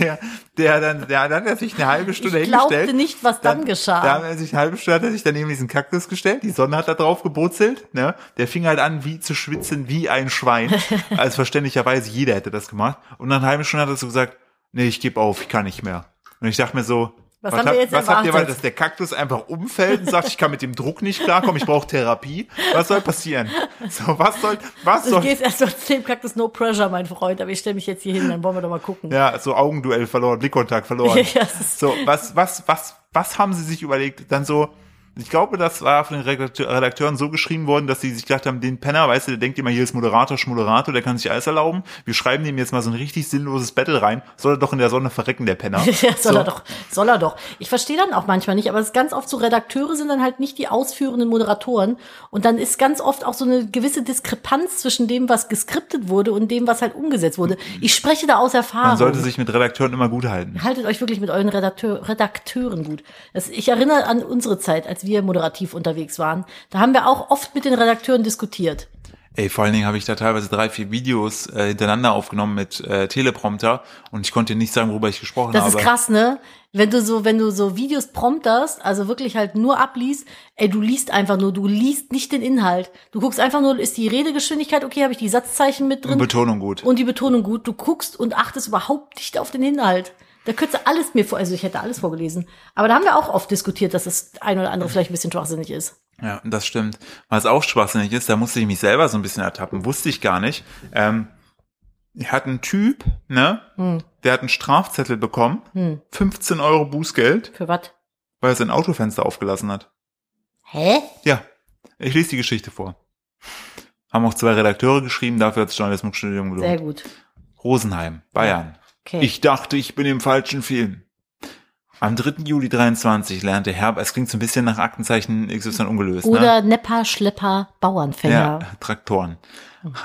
Speaker 1: der, der dann, der, dann hat er sich eine halbe Stunde
Speaker 2: Ich
Speaker 1: hingestellt.
Speaker 2: glaubte nicht, was dann, geschah.
Speaker 1: Da hat er sich eine halbe Stunde, hat er sich daneben diesen Kaktus gestellt, die Sonne hat da drauf gebrutzelt, ne? Der fing halt an, wie zu schwitzen, wie ein Schwein. Also verständlicherweise, jeder hätte das gemacht. Und nach einer halben Stunde hat er so gesagt, nee, ich gebe auf, ich kann nicht mehr. Und ich dachte mir so,
Speaker 2: Was haben wir jetzt
Speaker 1: was habt ihr, weil,
Speaker 2: erwartet?
Speaker 1: dass der Kaktus einfach umfällt und sagt, ich kann mit dem Druck nicht klarkommen, ich brauche Therapie. Was soll passieren? So, was soll, was
Speaker 2: Ich
Speaker 1: soll,
Speaker 2: gehe jetzt erstmal zu also dem Kaktus No Pressure, mein Freund, aber ich stelle mich jetzt hier hin, dann wollen wir doch mal gucken.
Speaker 1: Ja, so Augenduell verloren, Blickkontakt verloren.
Speaker 2: Ja, das ist-
Speaker 1: so, was, was, was, was haben sie sich überlegt? Dann so, ich glaube, das war von den Redakteur- Redakteuren so geschrieben worden, dass sie sich gedacht haben, den Penner, weißt du, der denkt immer, hier ist Moderator, Schmoderator, der kann sich alles erlauben. Wir schreiben dem jetzt mal so ein richtig sinnloses Battle rein. Soll er doch in der Sonne verrecken, der Penner.
Speaker 2: Ja, soll
Speaker 1: so,
Speaker 2: er doch, soll er doch. Ich verstehe dann auch manchmal nicht, aber es ist ganz oft so, Redakteure sind dann halt nicht die ausführenden Moderatoren und dann ist ganz oft auch so eine gewisse Diskrepanz zwischen dem, was geskriptet wurde und dem, was halt umgesetzt wurde. Ich spreche da aus Erfahrung.
Speaker 1: Man sollte sich mit Redakteuren immer gut halten.
Speaker 2: Haltet euch wirklich mit euren Redakteur, Redakteuren gut. Das, ich erinnere an unsere Zeit, als wir moderativ unterwegs waren. Da haben wir auch oft mit den Redakteuren diskutiert.
Speaker 1: Ey, vor allen Dingen habe ich da teilweise drei, vier Videos äh, hintereinander aufgenommen mit äh, Teleprompter und ich konnte nicht sagen, worüber ich gesprochen
Speaker 2: Das
Speaker 1: habe.
Speaker 2: ist krass, ne? Wenn du so, wenn du so Videos prompterst, also wirklich halt nur abliest, ey, du liest einfach nur, du liest nicht den Inhalt. Du guckst einfach nur, ist die Redegeschwindigkeit okay, habe ich die Satzzeichen mit drin
Speaker 1: Betonung gut.
Speaker 2: und die Betonung gut. Du guckst und achtest überhaupt nicht auf den Inhalt. Da könntest du alles mir vor, also ich hätte alles vorgelesen. Aber da haben wir auch oft diskutiert, dass das ein oder andere vielleicht ein bisschen schwachsinnig ist.
Speaker 1: Ja, und das stimmt. Was auch schwachsinnig ist, da musste ich mich selber so ein bisschen ertappen, wusste ich gar nicht. Ähm, ich hatte einen Typ, ne?
Speaker 2: Hm,
Speaker 1: Der hat einen Strafzettel bekommen, 15 Euro Bußgeld,
Speaker 2: Für was?
Speaker 1: weil er sein Autofenster aufgelassen hat.
Speaker 2: Hä?
Speaker 1: Ja, ich lese die Geschichte vor. Haben auch zwei Redakteure geschrieben, dafür hat das Journalismusstudium gelohnt.
Speaker 2: Sehr gut.
Speaker 1: Rosenheim, Bayern.
Speaker 2: Okay.
Speaker 1: Ich dachte, ich bin im falschen Film. Am 3. Juli 23 lernte Herb, es klingt so ein bisschen nach Aktenzeichen XY ungelöst, ne?
Speaker 2: Oder Nepper, Schlepper, Bauernfänger.
Speaker 1: Ja, Traktoren.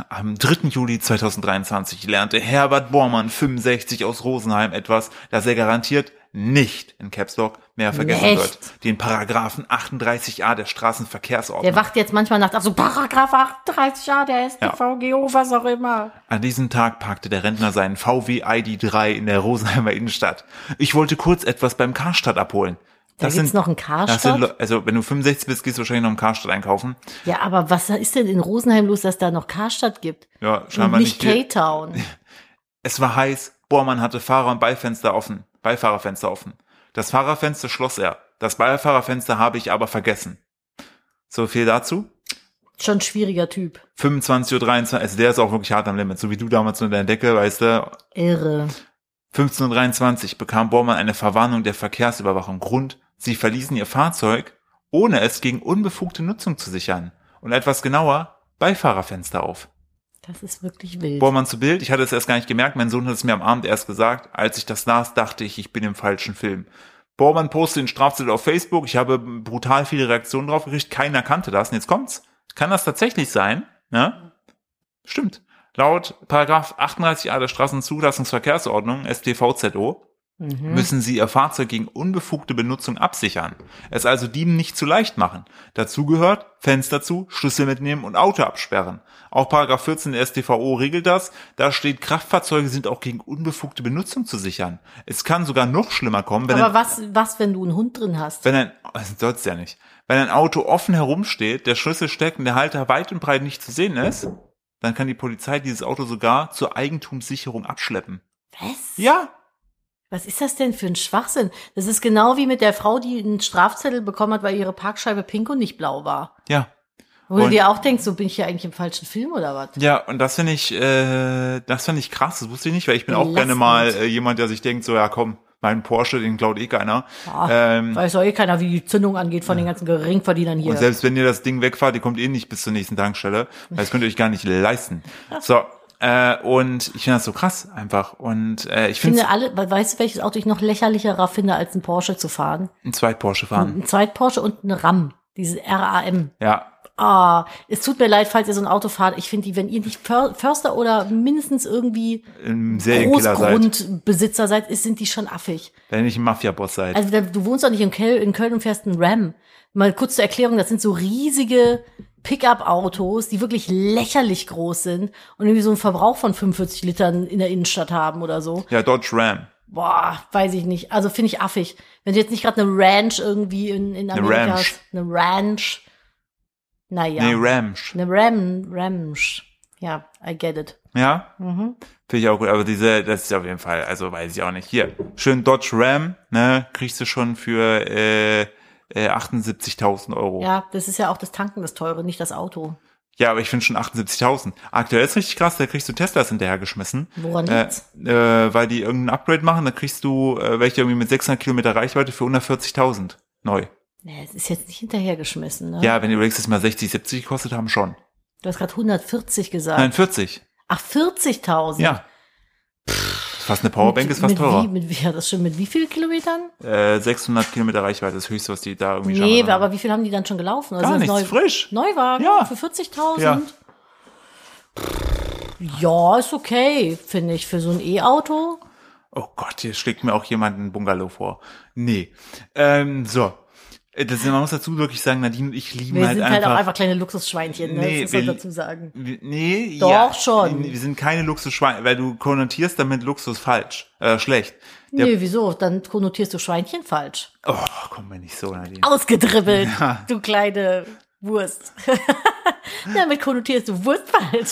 Speaker 1: Am 3. Juli 2023 lernte Herbert Bormann, 65 aus Rosenheim, etwas, das er garantiert nicht in Caps Lock mehr vergessen
Speaker 2: Nicht.
Speaker 1: wird. Den Paragraphen 38a der Straßenverkehrsordnung.
Speaker 2: Der wacht jetzt manchmal nachts auf, so Paragraph 38, ja, der ist
Speaker 1: Ja.
Speaker 2: die VGO, was auch immer.
Speaker 1: An diesem Tag parkte der Rentner seinen VW ID3 in der Rosenheimer Innenstadt. Ich wollte kurz etwas beim Karstadt abholen.
Speaker 2: Da gibt's noch einen Karstadt?
Speaker 1: Das sind, Leu- also wenn du 65 bist, gehst du wahrscheinlich noch im Karstadt einkaufen.
Speaker 2: Ja, aber was ist denn in Rosenheim los, dass da noch Karstadt gibt?
Speaker 1: Ja,
Speaker 2: Und
Speaker 1: scheinbar nicht.
Speaker 2: nicht
Speaker 1: viel.
Speaker 2: K-Town.
Speaker 1: es war heiß. Bormann hatte Fahrer- und Beifenster offen, Beifahrerfenster offen. Das Fahrerfenster schloss er. Das Beifahrerfenster habe ich aber vergessen. So viel dazu.
Speaker 2: Schon ein schwieriger Typ.
Speaker 1: 25.23 Uhr, also der ist auch wirklich hart am Limit, so wie du damals mit deiner Decke, weißt du,
Speaker 2: Irre.
Speaker 1: 1523 bekam Bormann eine Verwarnung der Verkehrsüberwachung. Grund, sie verließen ihr Fahrzeug, ohne es gegen unbefugte Nutzung zu sichern. Und etwas genauer, Beifahrerfenster auf.
Speaker 2: Das ist wirklich wild.
Speaker 1: Bormann zu Bild, ich hatte es erst gar nicht gemerkt, mein Sohn hat es mir am Abend erst gesagt. Als ich das las, dachte ich, ich bin im falschen Film. Bormann postet den Strafzettel auf Facebook, ich habe brutal viele Reaktionen drauf gekriegt, keiner kannte das. Und jetzt kommt's. Kann das tatsächlich sein? Ne? Stimmt. Laut Paragraph 38a der Straßenzulassungsverkehrsordnung, StVZO,
Speaker 2: Mhm.
Speaker 1: müssen sie ihr Fahrzeug gegen unbefugte Benutzung absichern. Es also Dieben nicht zu leicht machen. Dazu gehört Fenster zu, Schlüssel mitnehmen und Auto absperren. Auch Paragraph 14 der StVO regelt das. Da steht, Kraftfahrzeuge sind auch gegen unbefugte Benutzung zu sichern. Es kann sogar noch schlimmer kommen, wenn
Speaker 2: Aber
Speaker 1: ein,
Speaker 2: was, was, wenn du einen Hund drin hast?
Speaker 1: wenn ein also soll's ja nicht, wenn ein Auto offen herumsteht, der Schlüssel steckt und der Halter weit und breit nicht zu sehen ist, dann kann die Polizei dieses Auto sogar zur Eigentumssicherung abschleppen.
Speaker 2: Was?
Speaker 1: Ja,
Speaker 2: Was ist das denn für ein Schwachsinn? Das ist genau wie mit der Frau, die einen Strafzettel bekommen hat, weil ihre Parkscheibe pink und nicht blau war.
Speaker 1: ja.
Speaker 2: Wo du
Speaker 1: Und-
Speaker 2: dir auch denkst, so bin ich hier eigentlich im falschen Film oder was?
Speaker 1: Ja, und das finde ich, äh, das finde ich krass, das wusste ich nicht, weil ich bin auch gerne
Speaker 2: Belastend.
Speaker 1: mal äh, jemand, der sich denkt, so, ja komm, mein Porsche, den klaut eh keiner. ähm,
Speaker 2: Weiß doch eh keiner, wie die Zündung angeht von den ganzen Geringverdienern
Speaker 1: und
Speaker 2: hier.
Speaker 1: selbst wenn ihr das Ding wegfahrt, ihr kommt eh nicht bis zur nächsten Tankstelle. weil Das könnt ihr euch gar nicht leisten. So, äh, und ich finde das so krass einfach. Und äh, ich
Speaker 2: Ich
Speaker 1: finde
Speaker 2: finde alle, we- weißt du, welches Auto ich noch lächerlicherer finde, als einen Porsche zu fahren?
Speaker 1: ein Zweit-Porsche fahren.
Speaker 2: Ein Zweit-Porsche und eine RAM. Diese RAM.
Speaker 1: Ja,
Speaker 2: Ah, es tut mir leid, falls ihr so ein Auto fahrt. Ich finde die, wenn ihr nicht För- Förster oder mindestens irgendwie
Speaker 1: ein Serienkiller seid.
Speaker 2: Großgrundbesitzer seid, ist, sind die schon affig.
Speaker 1: Wenn ihr nicht ein Mafia-Boss seid.
Speaker 2: Also da, du wohnst doch nicht in Köln, in Köln und fährst einen Ram. Mal kurz zur Erklärung, das sind so riesige Pickup-Autos, die wirklich lächerlich groß sind und irgendwie so einen Verbrauch von 45 Litern in der Innenstadt haben oder so.
Speaker 1: ja, Dodge Ram.
Speaker 2: Boah, weiß ich nicht. Also finde ich affig. Wenn du jetzt nicht gerade eine Ranch irgendwie in, in
Speaker 1: Eine
Speaker 2: Amerika
Speaker 1: Ranch.
Speaker 2: hast. Eine Ranch. Naja.
Speaker 1: Nee, Ramsch.
Speaker 2: Eine Ram, Ramsch. Ja, I get it.
Speaker 1: Ja?
Speaker 2: Mhm.
Speaker 1: Finde ich auch gut, aber diese, das ist auf jeden Fall, also weiß ich auch nicht. Hier, schön Dodge Ram, ne, kriegst du schon für äh, äh, 78.000 Euro. Ja.
Speaker 2: Ja, das ist ja auch das Tanken, das teure, nicht das Auto.
Speaker 1: aber ich finde schon 78.000. Aktuell ist richtig krass, da kriegst du Teslas hinterhergeschmissen.
Speaker 2: Woran
Speaker 1: äh,
Speaker 2: liegt's?
Speaker 1: äh, Weil die irgendein Upgrade machen, da kriegst du äh, welche irgendwie mit 600 Kilometer Reichweite für 140.000 neu.
Speaker 2: Nee, Es ist jetzt nicht hinterhergeschmissen, ne?
Speaker 1: Ja, wenn du überlegst, dass mal 60, 70 gekostet haben, schon.
Speaker 2: Du hast gerade 140 gesagt.
Speaker 1: Nein, 40.
Speaker 2: Ach, 40.000.
Speaker 1: Ja. Ist Fast eine Powerbank ist fast
Speaker 2: mit Wie,
Speaker 1: teurer.
Speaker 2: mit, wie- ja, das stimmt. Mit wie viel Kilometern?
Speaker 1: Äh, 600 Kilometer Reichweite ist das höchste, was die da irgendwie
Speaker 2: Nee,
Speaker 1: scheinbar-
Speaker 2: aber wie viel haben die dann schon gelaufen? Also
Speaker 1: Gar
Speaker 2: das
Speaker 1: nichts,
Speaker 2: neu,
Speaker 1: frisch.
Speaker 2: Neuwagen
Speaker 1: Ja.
Speaker 2: für 40.000?
Speaker 1: Ja.
Speaker 2: Ja. ja, ist okay, finde ich. Für so ein E-Auto.
Speaker 1: Oh Gott, hier schlägt mir auch jemand einen Bungalow vor. Nee. Ähm, so. Äh, Das, man muss dazu wirklich sagen, Nadine und ich lieben
Speaker 2: Wir
Speaker 1: halt
Speaker 2: sind
Speaker 1: einfach.
Speaker 2: halt auch einfach kleine Luxusschweinchen, ne?
Speaker 1: Nee,
Speaker 2: das muss
Speaker 1: wir-
Speaker 2: man dazu sagen.
Speaker 1: Wir- Nee,
Speaker 2: Doch
Speaker 1: ja.
Speaker 2: schon.
Speaker 1: Wir sind keine Luxusschweine, weil du konnotierst damit Luxus falsch, äh, schlecht. Der,
Speaker 2: Nee, wieso? Dann konnotierst du Schweinchen falsch.
Speaker 1: Oh, komm mir nicht so, Nadine.
Speaker 2: Ausgedribbelt, du kleine Wurst. Damit konnotierst du Wurst falsch.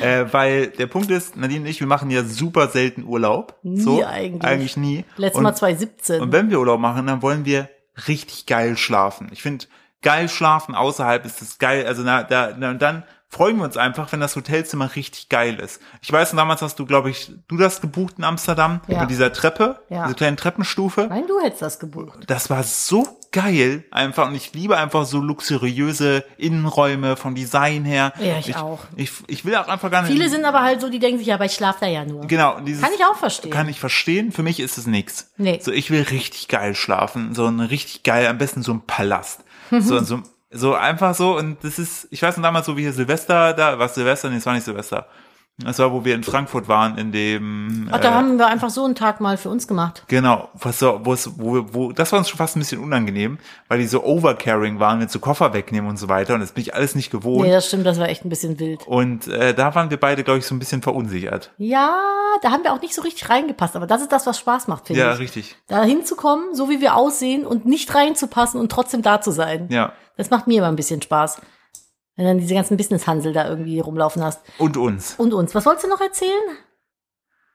Speaker 1: Äh, weil der Punkt ist, Nadine und ich, wir machen ja super selten Urlaub.
Speaker 2: Nie eigentlich.
Speaker 1: Eigentlich nie.
Speaker 2: Letztes
Speaker 1: und,
Speaker 2: Mal 2017.
Speaker 1: Und wenn wir Urlaub machen, dann wollen wir richtig geil schlafen. Ich finde, geil schlafen außerhalb ist das geil. Also na, da, na, und dann freuen wir uns einfach, wenn das Hotelzimmer richtig geil ist. Ich weiß, noch, damals hast du, glaube ich, du das gebucht in Amsterdam
Speaker 2: Ja.
Speaker 1: mit dieser Treppe,
Speaker 2: Ja.
Speaker 1: dieser kleinen Treppenstufe.
Speaker 2: Nein, du hättest das gebucht.
Speaker 1: Das war so geil einfach und ich liebe einfach so luxuriöse Innenräume vom Design her.
Speaker 2: Ja, ich auch.
Speaker 1: Ich, ich will auch einfach gar nicht.
Speaker 2: Viele sind aber halt so, die denken sich, ja, aber ich schlafe da ja nur.
Speaker 1: Genau, dieses,
Speaker 2: Kann ich auch verstehen.
Speaker 1: Kann ich verstehen. Für mich ist es nix.
Speaker 2: Nee.
Speaker 1: So, ich will richtig geil schlafen. So ein richtig geil, am besten so ein Palast. So, so, so einfach so. Und das ist, ich weiß noch damals, so wie hier Silvester, da war Silvester, nee, es war nicht Silvester. Das war, wo wir in Frankfurt waren, in dem.
Speaker 2: Ach, da haben wir einfach so einen Tag mal für uns gemacht.
Speaker 1: Genau, was so, wo es, wo, wo, das war uns schon fast ein bisschen unangenehm, weil die so overcaring waren, mit so Koffer wegnehmen und so weiter. Und das bin ich alles nicht gewohnt.
Speaker 2: Nee, das stimmt, das war echt ein bisschen wild.
Speaker 1: Und äh, da waren wir beide, glaube ich, so ein bisschen verunsichert.
Speaker 2: Ja, da haben wir auch nicht so richtig reingepasst, aber das ist das, was Spaß macht, finde
Speaker 1: Ja,
Speaker 2: ich.
Speaker 1: richtig.
Speaker 2: Da hinzukommen, so wie wir aussehen und nicht reinzupassen und trotzdem da zu sein.
Speaker 1: Ja.
Speaker 2: Das macht mir immer ein bisschen Spaß. Wenn dann diese ganzen Business-Hansel da irgendwie rumlaufen hast.
Speaker 1: Und uns.
Speaker 2: Und uns. Was wolltest du noch erzählen?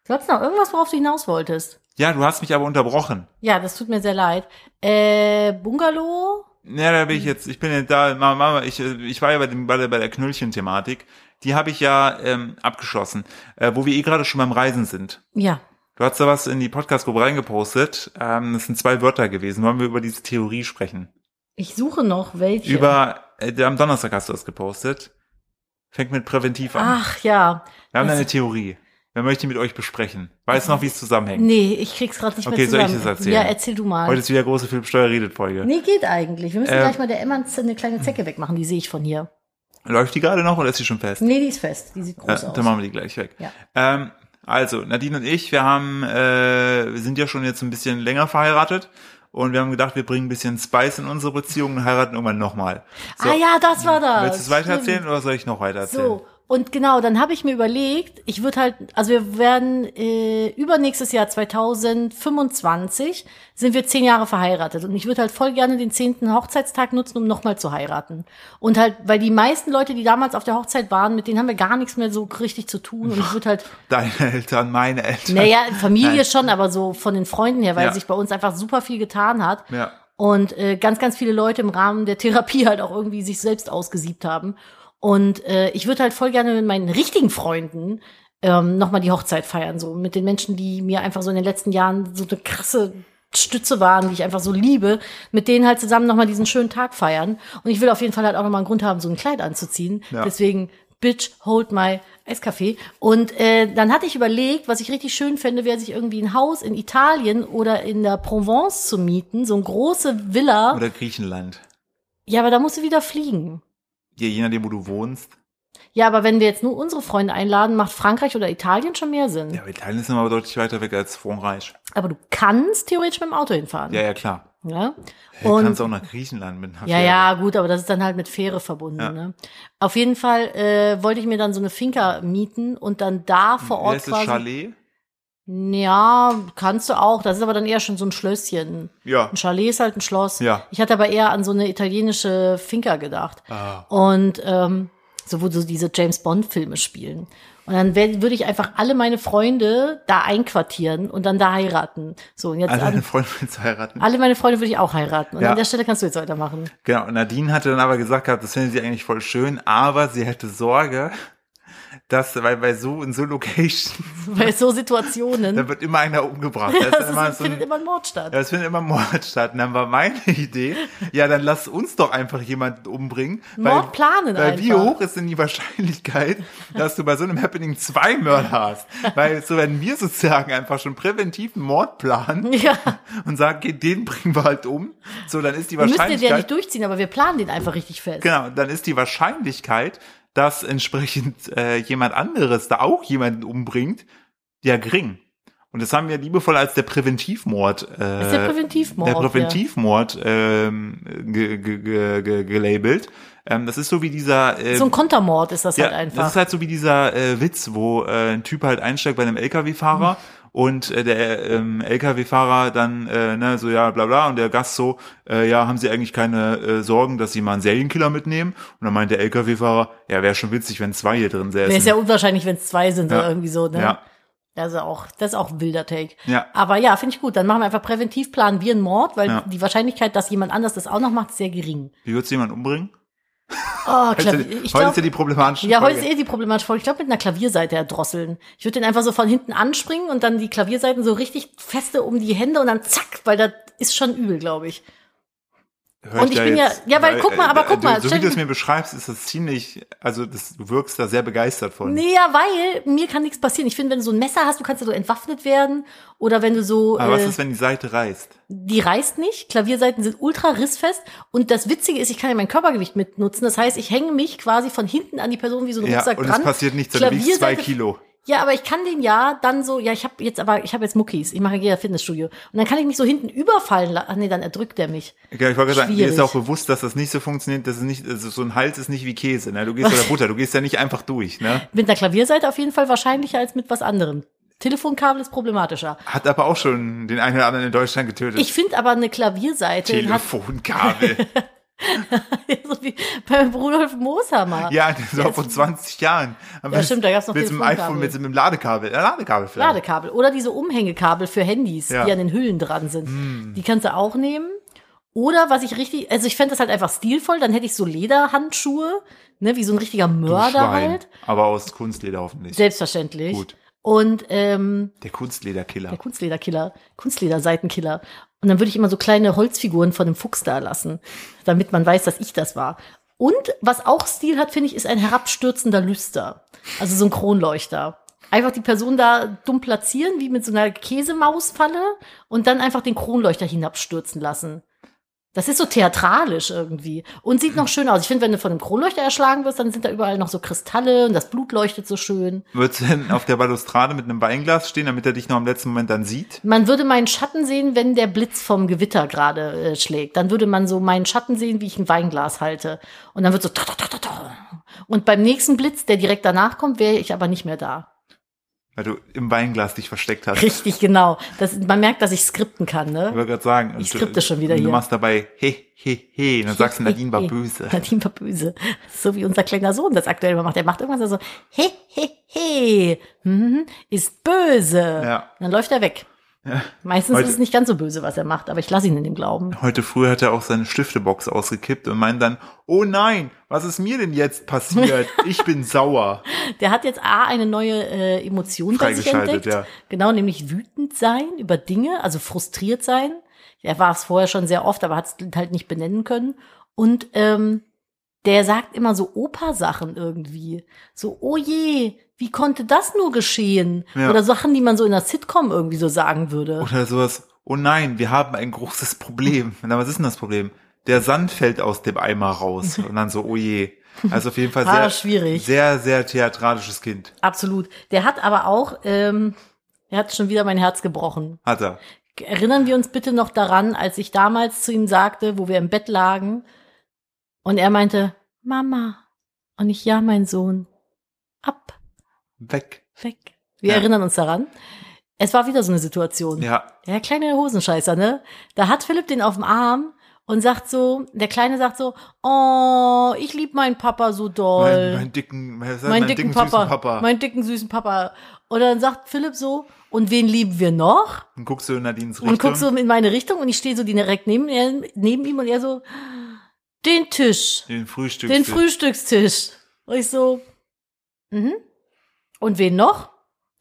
Speaker 2: Glaubst du noch irgendwas, worauf du hinaus wolltest?
Speaker 1: Ja, du hast mich aber unterbrochen.
Speaker 2: Ja, das tut mir sehr leid. Äh, Bungalow?
Speaker 1: Ja, da bin ich jetzt, ich bin jetzt da, Mama, Mama, ich, äh, ich war ja bei, dem, bei der, bei der Knöllchen-Thematik. Die habe ich ja ähm, abgeschlossen, äh, wo wir eh gerade schon beim Reisen sind.
Speaker 2: Ja.
Speaker 1: Du hast da was in die Podcast-Gruppe reingepostet. Ähm, das sind zwei Wörter gewesen. Wollen wir über diese Theorie sprechen?
Speaker 2: Ich suche noch welche.
Speaker 1: Über, äh, am Donnerstag hast du das gepostet. Fängt mit Präventiv an.
Speaker 2: Ach ja.
Speaker 1: wir haben da
Speaker 2: Ah, das-
Speaker 1: eine Theorie. Wir möchten mit euch besprechen. Weißt du noch, wie es zusammenhängt?
Speaker 2: Nee, ich krieg's gerade nicht
Speaker 1: Okay,
Speaker 2: mehr
Speaker 1: soll ich
Speaker 2: zusammen.
Speaker 1: das erzählen?
Speaker 2: Ja, erzähl du mal.
Speaker 1: Heute ist wieder große Philipp Steuer redet Folge.
Speaker 2: Nee, geht eigentlich. Wir müssen
Speaker 1: Ähm.
Speaker 2: gleich mal der Emma eine kleine Zecke wegmachen, die sehe ich von hier.
Speaker 1: Läuft die gerade noch oder ist sie schon fest?
Speaker 2: Nee, die ist fest. Die sieht
Speaker 1: Ja,
Speaker 2: groß
Speaker 1: Äh, dann
Speaker 2: aus.
Speaker 1: machen wir die gleich weg.
Speaker 2: Ja.
Speaker 1: Ähm, also, Nadine und ich, wir haben, äh, wir sind ja schon jetzt ein bisschen länger verheiratet und wir haben gedacht, wir bringen ein bisschen Spice in unsere Beziehung und heiraten irgendwann nochmal. So,
Speaker 2: ah ja, das war das.
Speaker 1: Willst du es weiter
Speaker 2: Stimmt.
Speaker 1: erzählen oder soll ich noch weiter erzählen?
Speaker 2: So, und genau, dann habe ich mir überlegt, ich würde halt, also wir werden äh, übernächstes Jahr 2025 sind wir zehn Jahre verheiratet und ich würde halt voll gerne den zehnten Hochzeitstag nutzen, um nochmal zu heiraten. Und halt, weil die meisten Leute, die damals auf der Hochzeit waren, mit denen haben wir gar nichts mehr so richtig zu tun und ich würde halt
Speaker 1: Deine Eltern, meine Eltern.
Speaker 2: Naja, in Familie
Speaker 1: Nein.
Speaker 2: schon, aber so von den Freunden her, weil
Speaker 1: Ja.
Speaker 2: sich bei uns einfach super viel getan hat.
Speaker 1: Ja.
Speaker 2: Und äh, ganz, ganz viele Leute im Rahmen der Therapie halt auch irgendwie sich selbst ausgesiebt haben. Und äh, ich würde halt voll gerne mit meinen richtigen Freunden ähm, nochmal die Hochzeit feiern. So mit den Menschen, die mir einfach so in den letzten Jahren so eine krasse Stütze waren, die ich einfach so liebe, mit denen halt zusammen nochmal diesen schönen Tag feiern. Und ich will auf jeden Fall halt auch nochmal einen Grund haben, so ein Kleid anzuziehen.
Speaker 1: Ja.
Speaker 2: Deswegen, bitch, hold my Eiskaffee. Und äh, dann hatte ich überlegt, was ich richtig schön fände, wäre sich irgendwie ein Haus in Italien oder in der Provence zu mieten, so eine große Villa.
Speaker 1: Oder Griechenland.
Speaker 2: Ja, aber da musst du wieder fliegen.
Speaker 1: Je, je nachdem, wo du wohnst.
Speaker 2: Ja, aber wenn wir jetzt nur unsere Freunde einladen, macht Frankreich oder Italien schon mehr Sinn.
Speaker 1: Ja, aber Italien ist nochmal deutlich weiter weg als Frankreich.
Speaker 2: Aber du kannst theoretisch mit dem Auto hinfahren.
Speaker 1: Ja, ja, klar.
Speaker 2: Ja?
Speaker 1: Du
Speaker 2: Und-
Speaker 1: kannst auch nach Griechenland mit einer
Speaker 2: Ja,
Speaker 1: Fähre.
Speaker 2: ja, gut, aber das ist dann halt mit Fähre verbunden.
Speaker 1: Ja.
Speaker 2: Ne? Auf jeden Fall äh, wollte ich mir dann so eine Finca mieten und dann da vor
Speaker 1: Wie
Speaker 2: Ort
Speaker 1: heißt das
Speaker 2: quasi.
Speaker 1: Chalet?
Speaker 2: Ja, kannst du auch. Das ist aber dann eher schon so ein Schlösschen.
Speaker 1: Ja.
Speaker 2: Ein Chalet ist halt ein Schloss.
Speaker 1: Ja.
Speaker 2: Ich hatte aber eher an so eine italienische Finca gedacht.
Speaker 1: Ah.
Speaker 2: Und ähm, so wo so diese James Bond-Filme spielen. Und dann wär- würde ich einfach alle meine Freunde da einquartieren und dann da heiraten. So, und jetzt
Speaker 1: Alle
Speaker 2: alle,
Speaker 1: Also, deine Freunde willst du heiraten.
Speaker 2: alle meine Freunde würde ich auch heiraten. Und
Speaker 1: Ja.
Speaker 2: an der Stelle kannst du jetzt weitermachen.
Speaker 1: Genau, und Nadine hatte dann aber gesagt gehabt, das finde sie eigentlich voll schön, aber sie hätte Sorge, dass weil bei so in so Location,
Speaker 2: Bei so Situationen.
Speaker 1: da wird immer einer umgebracht. Da ist
Speaker 2: das
Speaker 1: dann
Speaker 2: ist,
Speaker 1: immer so ein,
Speaker 2: findet
Speaker 1: ja,
Speaker 2: immer ein Mord statt.
Speaker 1: das findet immer Mord statt. Und dann war meine Idee, ja, dann lass uns doch einfach jemanden umbringen.
Speaker 2: Mord planen
Speaker 1: Weil wie
Speaker 2: einfach.
Speaker 1: hoch ist denn die Wahrscheinlichkeit, dass du bei so einem Happening zwei Mörder hast? Weil so werden wir sozusagen einfach schon präventiv einen Mord planen
Speaker 2: Ja.
Speaker 1: und sagen, okay, den bringen wir halt um. So, dann ist die
Speaker 2: Wir müssen den
Speaker 1: Wahrscheinlichkeit.
Speaker 2: ja nicht durchziehen, aber wir planen den einfach richtig fest.
Speaker 1: Genau, dann ist die Wahrscheinlichkeit, dass entsprechend äh, jemand anderes da auch jemanden umbringt, ja gering. Und das haben wir liebevoll als der Präventivmord, äh,
Speaker 2: Ist der Präventivmord,
Speaker 1: der
Speaker 2: ja.
Speaker 1: Präventivmord ähm, ge, ge, ge, ge, gelabelt. Ähm, das ist so wie dieser, äh,
Speaker 2: So ein Kontermord ist das
Speaker 1: ja,
Speaker 2: halt einfach.
Speaker 1: das ist halt so wie dieser äh, Witz, wo äh, ein Typ halt einsteigt bei einem LKW-Fahrer.
Speaker 2: Mhm.
Speaker 1: Und äh, der ähm, LKW-Fahrer dann, äh, ne, so ja, bla bla, und der Gast so, äh, ja, haben Sie eigentlich keine äh, Sorgen, dass Sie mal einen Serienkiller mitnehmen? Und dann meint der LKW-Fahrer, ja, wäre schon witzig, wenn zwei hier drin säßen.
Speaker 2: Nee, ist ja unwahrscheinlich, wenn es zwei sind
Speaker 1: Ja.
Speaker 2: oder irgendwie so, ne?
Speaker 1: Ja.
Speaker 2: Das ist auch, das ist auch ein wilder Take.
Speaker 1: Ja.
Speaker 2: Aber ja, finde ich gut. Dann machen wir einfach präventiv, planen wir einen Mord, weil
Speaker 1: Ja.
Speaker 2: die Wahrscheinlichkeit, dass jemand anders das auch noch macht, ist sehr gering.
Speaker 1: Wie würdest du jemanden umbringen?
Speaker 2: Oh, Klavier.
Speaker 1: Heute,
Speaker 2: Ich
Speaker 1: heute
Speaker 2: glaub,
Speaker 1: ist ja die problematische
Speaker 2: ja, heute
Speaker 1: Folge.
Speaker 2: ist eh die problematische Folge. Ich glaube, mit einer Klavierseite erdrosseln. Ich würde den einfach so von hinten anspringen und dann die Klavierseiten so richtig feste um die Hände und dann zack, weil das ist schon übel, glaube ich.
Speaker 1: Hör
Speaker 2: Und ich bin ja- ja, weil, guck mal, aber
Speaker 1: äh,
Speaker 2: guck
Speaker 1: du-
Speaker 2: mal,
Speaker 1: So wie
Speaker 2: stell-
Speaker 1: du es mir beschreibst, ist das ziemlich, also das, du wirkst da sehr begeistert von.
Speaker 2: Nee, ja, weil mir kann nichts passieren. Ich finde, wenn du so ein Messer hast, du kannst ja so entwaffnet werden. Oder wenn du so.
Speaker 1: aber was
Speaker 2: äh,
Speaker 1: ist, wenn die Seite reißt?
Speaker 2: die reißt nicht, Klavierseiten sind ultra rissfest und das Witzige ist, ich kann ja mein Körpergewicht mitnutzen. Das heißt, ich hänge mich quasi von hinten an die Person wie so ein
Speaker 1: Ja,
Speaker 2: Rucksack
Speaker 1: und
Speaker 2: dran.
Speaker 1: es passiert nichts, dann wiegst zwei
Speaker 2: Klavierseite-
Speaker 1: Kilo.
Speaker 2: Ja, aber ich kann den ja dann so, ja, ich habe jetzt aber, ich habe jetzt Muckis, ich mache ja Fitnessstudio und dann kann ich mich so hinten überfallen lassen. Ach nee, dann erdrückt der mich.
Speaker 1: Ja, ich wollte gerade sagen, dir ist
Speaker 2: Schwierig.
Speaker 1: auch bewusst, dass das nicht so funktioniert, dass es nicht, also so ein Hals ist nicht wie Käse, ne? Du gehst oder Butter, du gehst ja nicht einfach durch, ne?
Speaker 2: Mit einer Klavierseite auf jeden Fall wahrscheinlicher als mit was anderem. Telefonkabel ist problematischer.
Speaker 1: Hat aber auch schon den einen oder anderen in Deutschland getötet.
Speaker 2: Ich finde aber eine Klavierseite hat
Speaker 1: Telefonkabel.
Speaker 2: so wie bei Rudolf Moshammer.
Speaker 1: ja, das war vor 20 Jahren. Aber das-
Speaker 2: stimmt, da gab's noch
Speaker 1: Mit so einem
Speaker 2: Telefonkabel.
Speaker 1: iPhone, mit so einem Ladekabel. Ja, Ladekabel vielleicht.
Speaker 2: Ladekabel oder diese Umhängekabel für Handys,
Speaker 1: Ja. Hm.
Speaker 2: die an den Hüllen dran sind. Die kannst du auch nehmen. Oder was ich richtig, also ich fände das halt einfach stilvoll, dann hätte ich so Lederhandschuhe, ne, wie so ein richtiger
Speaker 1: Du
Speaker 2: Mörder
Speaker 1: Schwein.
Speaker 2: halt.
Speaker 1: Aber aus Kunstleder hoffentlich.
Speaker 2: Selbstverständlich.
Speaker 1: Gut.
Speaker 2: Und ähm,
Speaker 1: Der Kunstlederkiller.
Speaker 2: der Kunstlederkiller, Kunstlederseitenkiller. Und dann würde ich immer so kleine Holzfiguren von dem Fuchs da lassen, damit man weiß, dass ich das war. Und was auch Stil hat, finde ich, ist ein herabstürzender Lüster. Also so ein Kronleuchter. Einfach die Person da dumm platzieren, wie mit so einer Käsemausfalle und dann einfach den Kronleuchter hinabstürzen lassen. Das ist so theatralisch irgendwie und sieht noch schön aus. Ich finde, wenn du von einem Kronleuchter erschlagen wirst, dann sind da überall noch so Kristalle und das Blut leuchtet so schön.
Speaker 1: Würdest du denn auf der Balustrade mit einem Weinglas stehen, damit er dich noch im letzten Moment dann sieht?
Speaker 2: Man würde meinen Schatten sehen, wenn der Blitz vom Gewitter gerade äh, schlägt. Dann würde man so meinen Schatten sehen, wie ich ein Weinglas halte. Und dann wird so. ta, ta, ta, ta, ta. Und beim nächsten Blitz, der direkt danach kommt, wäre ich aber nicht mehr da.
Speaker 1: Weil du im Weinglas dich versteckt hast.
Speaker 2: Richtig, genau. Das, man merkt, dass ich skripten kann,
Speaker 1: Ich
Speaker 2: ne?
Speaker 1: wollte gerade sagen.
Speaker 2: Ich
Speaker 1: und du-
Speaker 2: skripte schon wieder
Speaker 1: und Du
Speaker 2: hier.
Speaker 1: machst dabei, he, he, he. Und dann sagst du, Nadine war böse.
Speaker 2: Nadine war böse. So wie unser kleiner Sohn das aktuell immer macht. Er macht irgendwas so, he, he, he, mhm, ist böse.
Speaker 1: Ja.
Speaker 2: Dann läuft er weg. Meistens
Speaker 1: Heute-
Speaker 2: ist es nicht ganz so böse, was er macht, aber ich lasse ihn in dem Glauben.
Speaker 1: Heute früh hat er auch seine Stiftebox ausgekippt und meint dann, oh nein, was ist mir denn jetzt passiert? Ich bin sauer.
Speaker 2: Der hat jetzt A, eine neue äh, Emotion bei sich
Speaker 1: Freigeschaltet,
Speaker 2: entdeckt.
Speaker 1: ja.
Speaker 2: Genau, nämlich wütend sein über Dinge, also frustriert sein. Er war es vorher schon sehr oft, aber hat es halt nicht benennen können. Und ähm, der sagt immer so Opa-Sachen irgendwie. So, oh je, wie konnte das nur geschehen?
Speaker 1: Ja.
Speaker 2: Oder Sachen, die man so in einer Sitcom irgendwie so sagen würde.
Speaker 1: Oder sowas, oh nein, wir haben ein großes Problem. Und dann, was ist denn das Problem? Der Sand fällt aus dem Eimer raus. Und dann so, oh je. Also auf jeden Fall sehr,
Speaker 2: Ah, schwierig.
Speaker 1: sehr, sehr theatralisches Kind.
Speaker 2: Absolut. Der hat aber auch, ähm, er hat schon wieder mein Herz gebrochen.
Speaker 1: Hat er.
Speaker 2: Erinnern wir uns bitte noch daran, als ich damals zu ihm sagte, wo wir im Bett lagen, und er meinte, Mama. Und ich, ja, mein Sohn. Ab,
Speaker 1: Weg.
Speaker 2: weg. Wir
Speaker 1: Ja.
Speaker 2: erinnern uns daran. Es war wieder so eine Situation.
Speaker 1: Ja,
Speaker 2: Der kleine Hosenscheißer, ne? Da hat Philipp den auf dem Arm und sagt so, der Kleine sagt so, oh, ich lieb meinen Papa so doll
Speaker 1: mein, mein dicken, mein, mein,
Speaker 2: meinen
Speaker 1: dicken,
Speaker 2: dicken,
Speaker 1: süßen
Speaker 2: Papa,
Speaker 1: Papa.
Speaker 2: meinen dicken süßen Papa. Und dann sagt Philipp so, und wen lieben wir noch?
Speaker 1: und guckst du in Nadines Richtung.
Speaker 2: Und guckt so in meine Richtung und ich stehe so direkt neben, er, neben ihm und er so, den Tisch,
Speaker 1: den Frühstück.
Speaker 2: den Frühstückstisch. Und ich so, mhm. Und wen noch?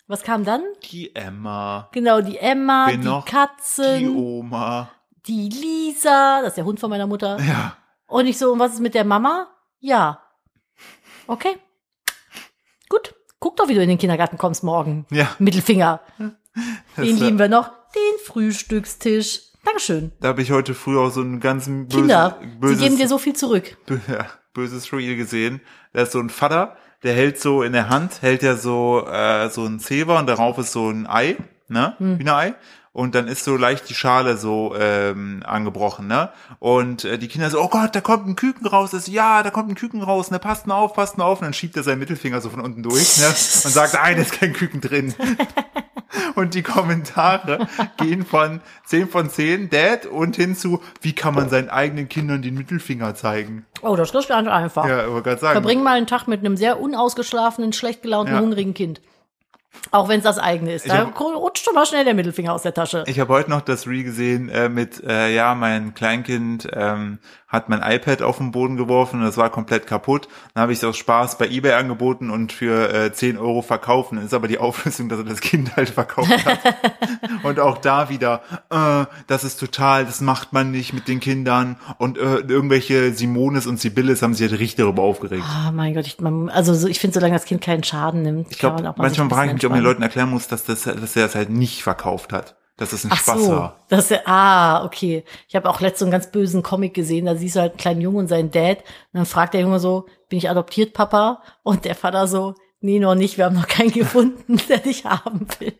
Speaker 2: Was kam dann?
Speaker 1: Die Emma.
Speaker 2: Genau, die Emma,
Speaker 1: Wen
Speaker 2: die
Speaker 1: noch? Die
Speaker 2: Katzen,
Speaker 1: Oma.
Speaker 2: die Lisa, das ist der Hund von meiner Mutter.
Speaker 1: Ja.
Speaker 2: Und ich so, und was ist mit der Mama? Ja. Okay. Gut. Guck doch, wie du in den Kindergarten kommst morgen.
Speaker 1: Ja.
Speaker 2: Mittelfinger.
Speaker 1: Das,
Speaker 2: Den
Speaker 1: äh,
Speaker 2: lieben wir noch. Den Frühstückstisch. Dankeschön.
Speaker 1: Da habe ich heute früh auch so einen ganzen böse,
Speaker 2: Kinder,
Speaker 1: böses,
Speaker 2: sie geben dir so viel zurück.
Speaker 1: bö- ja, böses Reel gesehen. Da ist so ein Vater, der hält so in der Hand, hält ja so, äh, so einen Zeber und darauf ist so ein Ei. ne? Hühnerei. Und dann ist so leicht die Schale so ähm, angebrochen, ne? Und äh, die Kinder so, oh Gott, da kommt ein Küken raus. Ist, ja, da kommt ein Küken raus. Ne, passt nur auf, passt nur auf. Und dann schiebt er seinen Mittelfinger so von unten durch, ne? Und sagt, nein, da ist kein Küken drin. Und die Kommentare gehen von 10 von 10 Dad und hin zu, wie kann man seinen eigenen Kindern den Mittelfinger zeigen?
Speaker 2: Oh, das ist ganz einfach.
Speaker 1: Ja, ich wollte gerade sagen.
Speaker 2: Verbring mal einen Tag mit einem sehr unausgeschlafenen, schlecht gelaunten,
Speaker 1: Ja.
Speaker 2: hungrigen Kind. Auch wenn es das eigene ist. Da
Speaker 1: hab-
Speaker 2: rutscht schon mal schnell der Mittelfinger aus der Tasche.
Speaker 1: Ich habe heute noch das Reel gesehen äh, mit, äh, ja, mein Kleinkind ähm, hat mein iPad auf den Boden geworfen und es war komplett kaputt. Dann habe ich es aus Spaß bei Ebay angeboten und für äh, 10 Euro verkaufen. Dann ist aber die Auflösung, dass er das Kind halt verkauft hat. und auch da wieder, äh, das ist total, das macht man nicht mit den Kindern. Und äh, irgendwelche Simones und Sibilles haben sich halt richtig darüber aufgeregt.
Speaker 2: Oh mein Gott, ich, man, also so, ich finde, solange das Kind keinen Schaden nimmt,
Speaker 1: Ich glaube,
Speaker 2: kann man auch mal sich
Speaker 1: manchmal frage ich mich,
Speaker 2: ein bisschen
Speaker 1: ob man den
Speaker 2: entspannen.
Speaker 1: Leuten erklären muss, dass, das, dass er das halt nicht verkauft hat. Dass es das ein
Speaker 2: Ach
Speaker 1: Spaß
Speaker 2: so,
Speaker 1: war.
Speaker 2: das ist ja, ah, okay. Ich habe auch letztens einen ganz bösen Comic gesehen, da siehst du halt einen kleinen Jungen und seinen Dad und dann fragt der Junge so, bin ich adoptiert, Papa? Und der Vater so, nee, noch nicht, wir haben noch keinen gefunden, der dich haben will.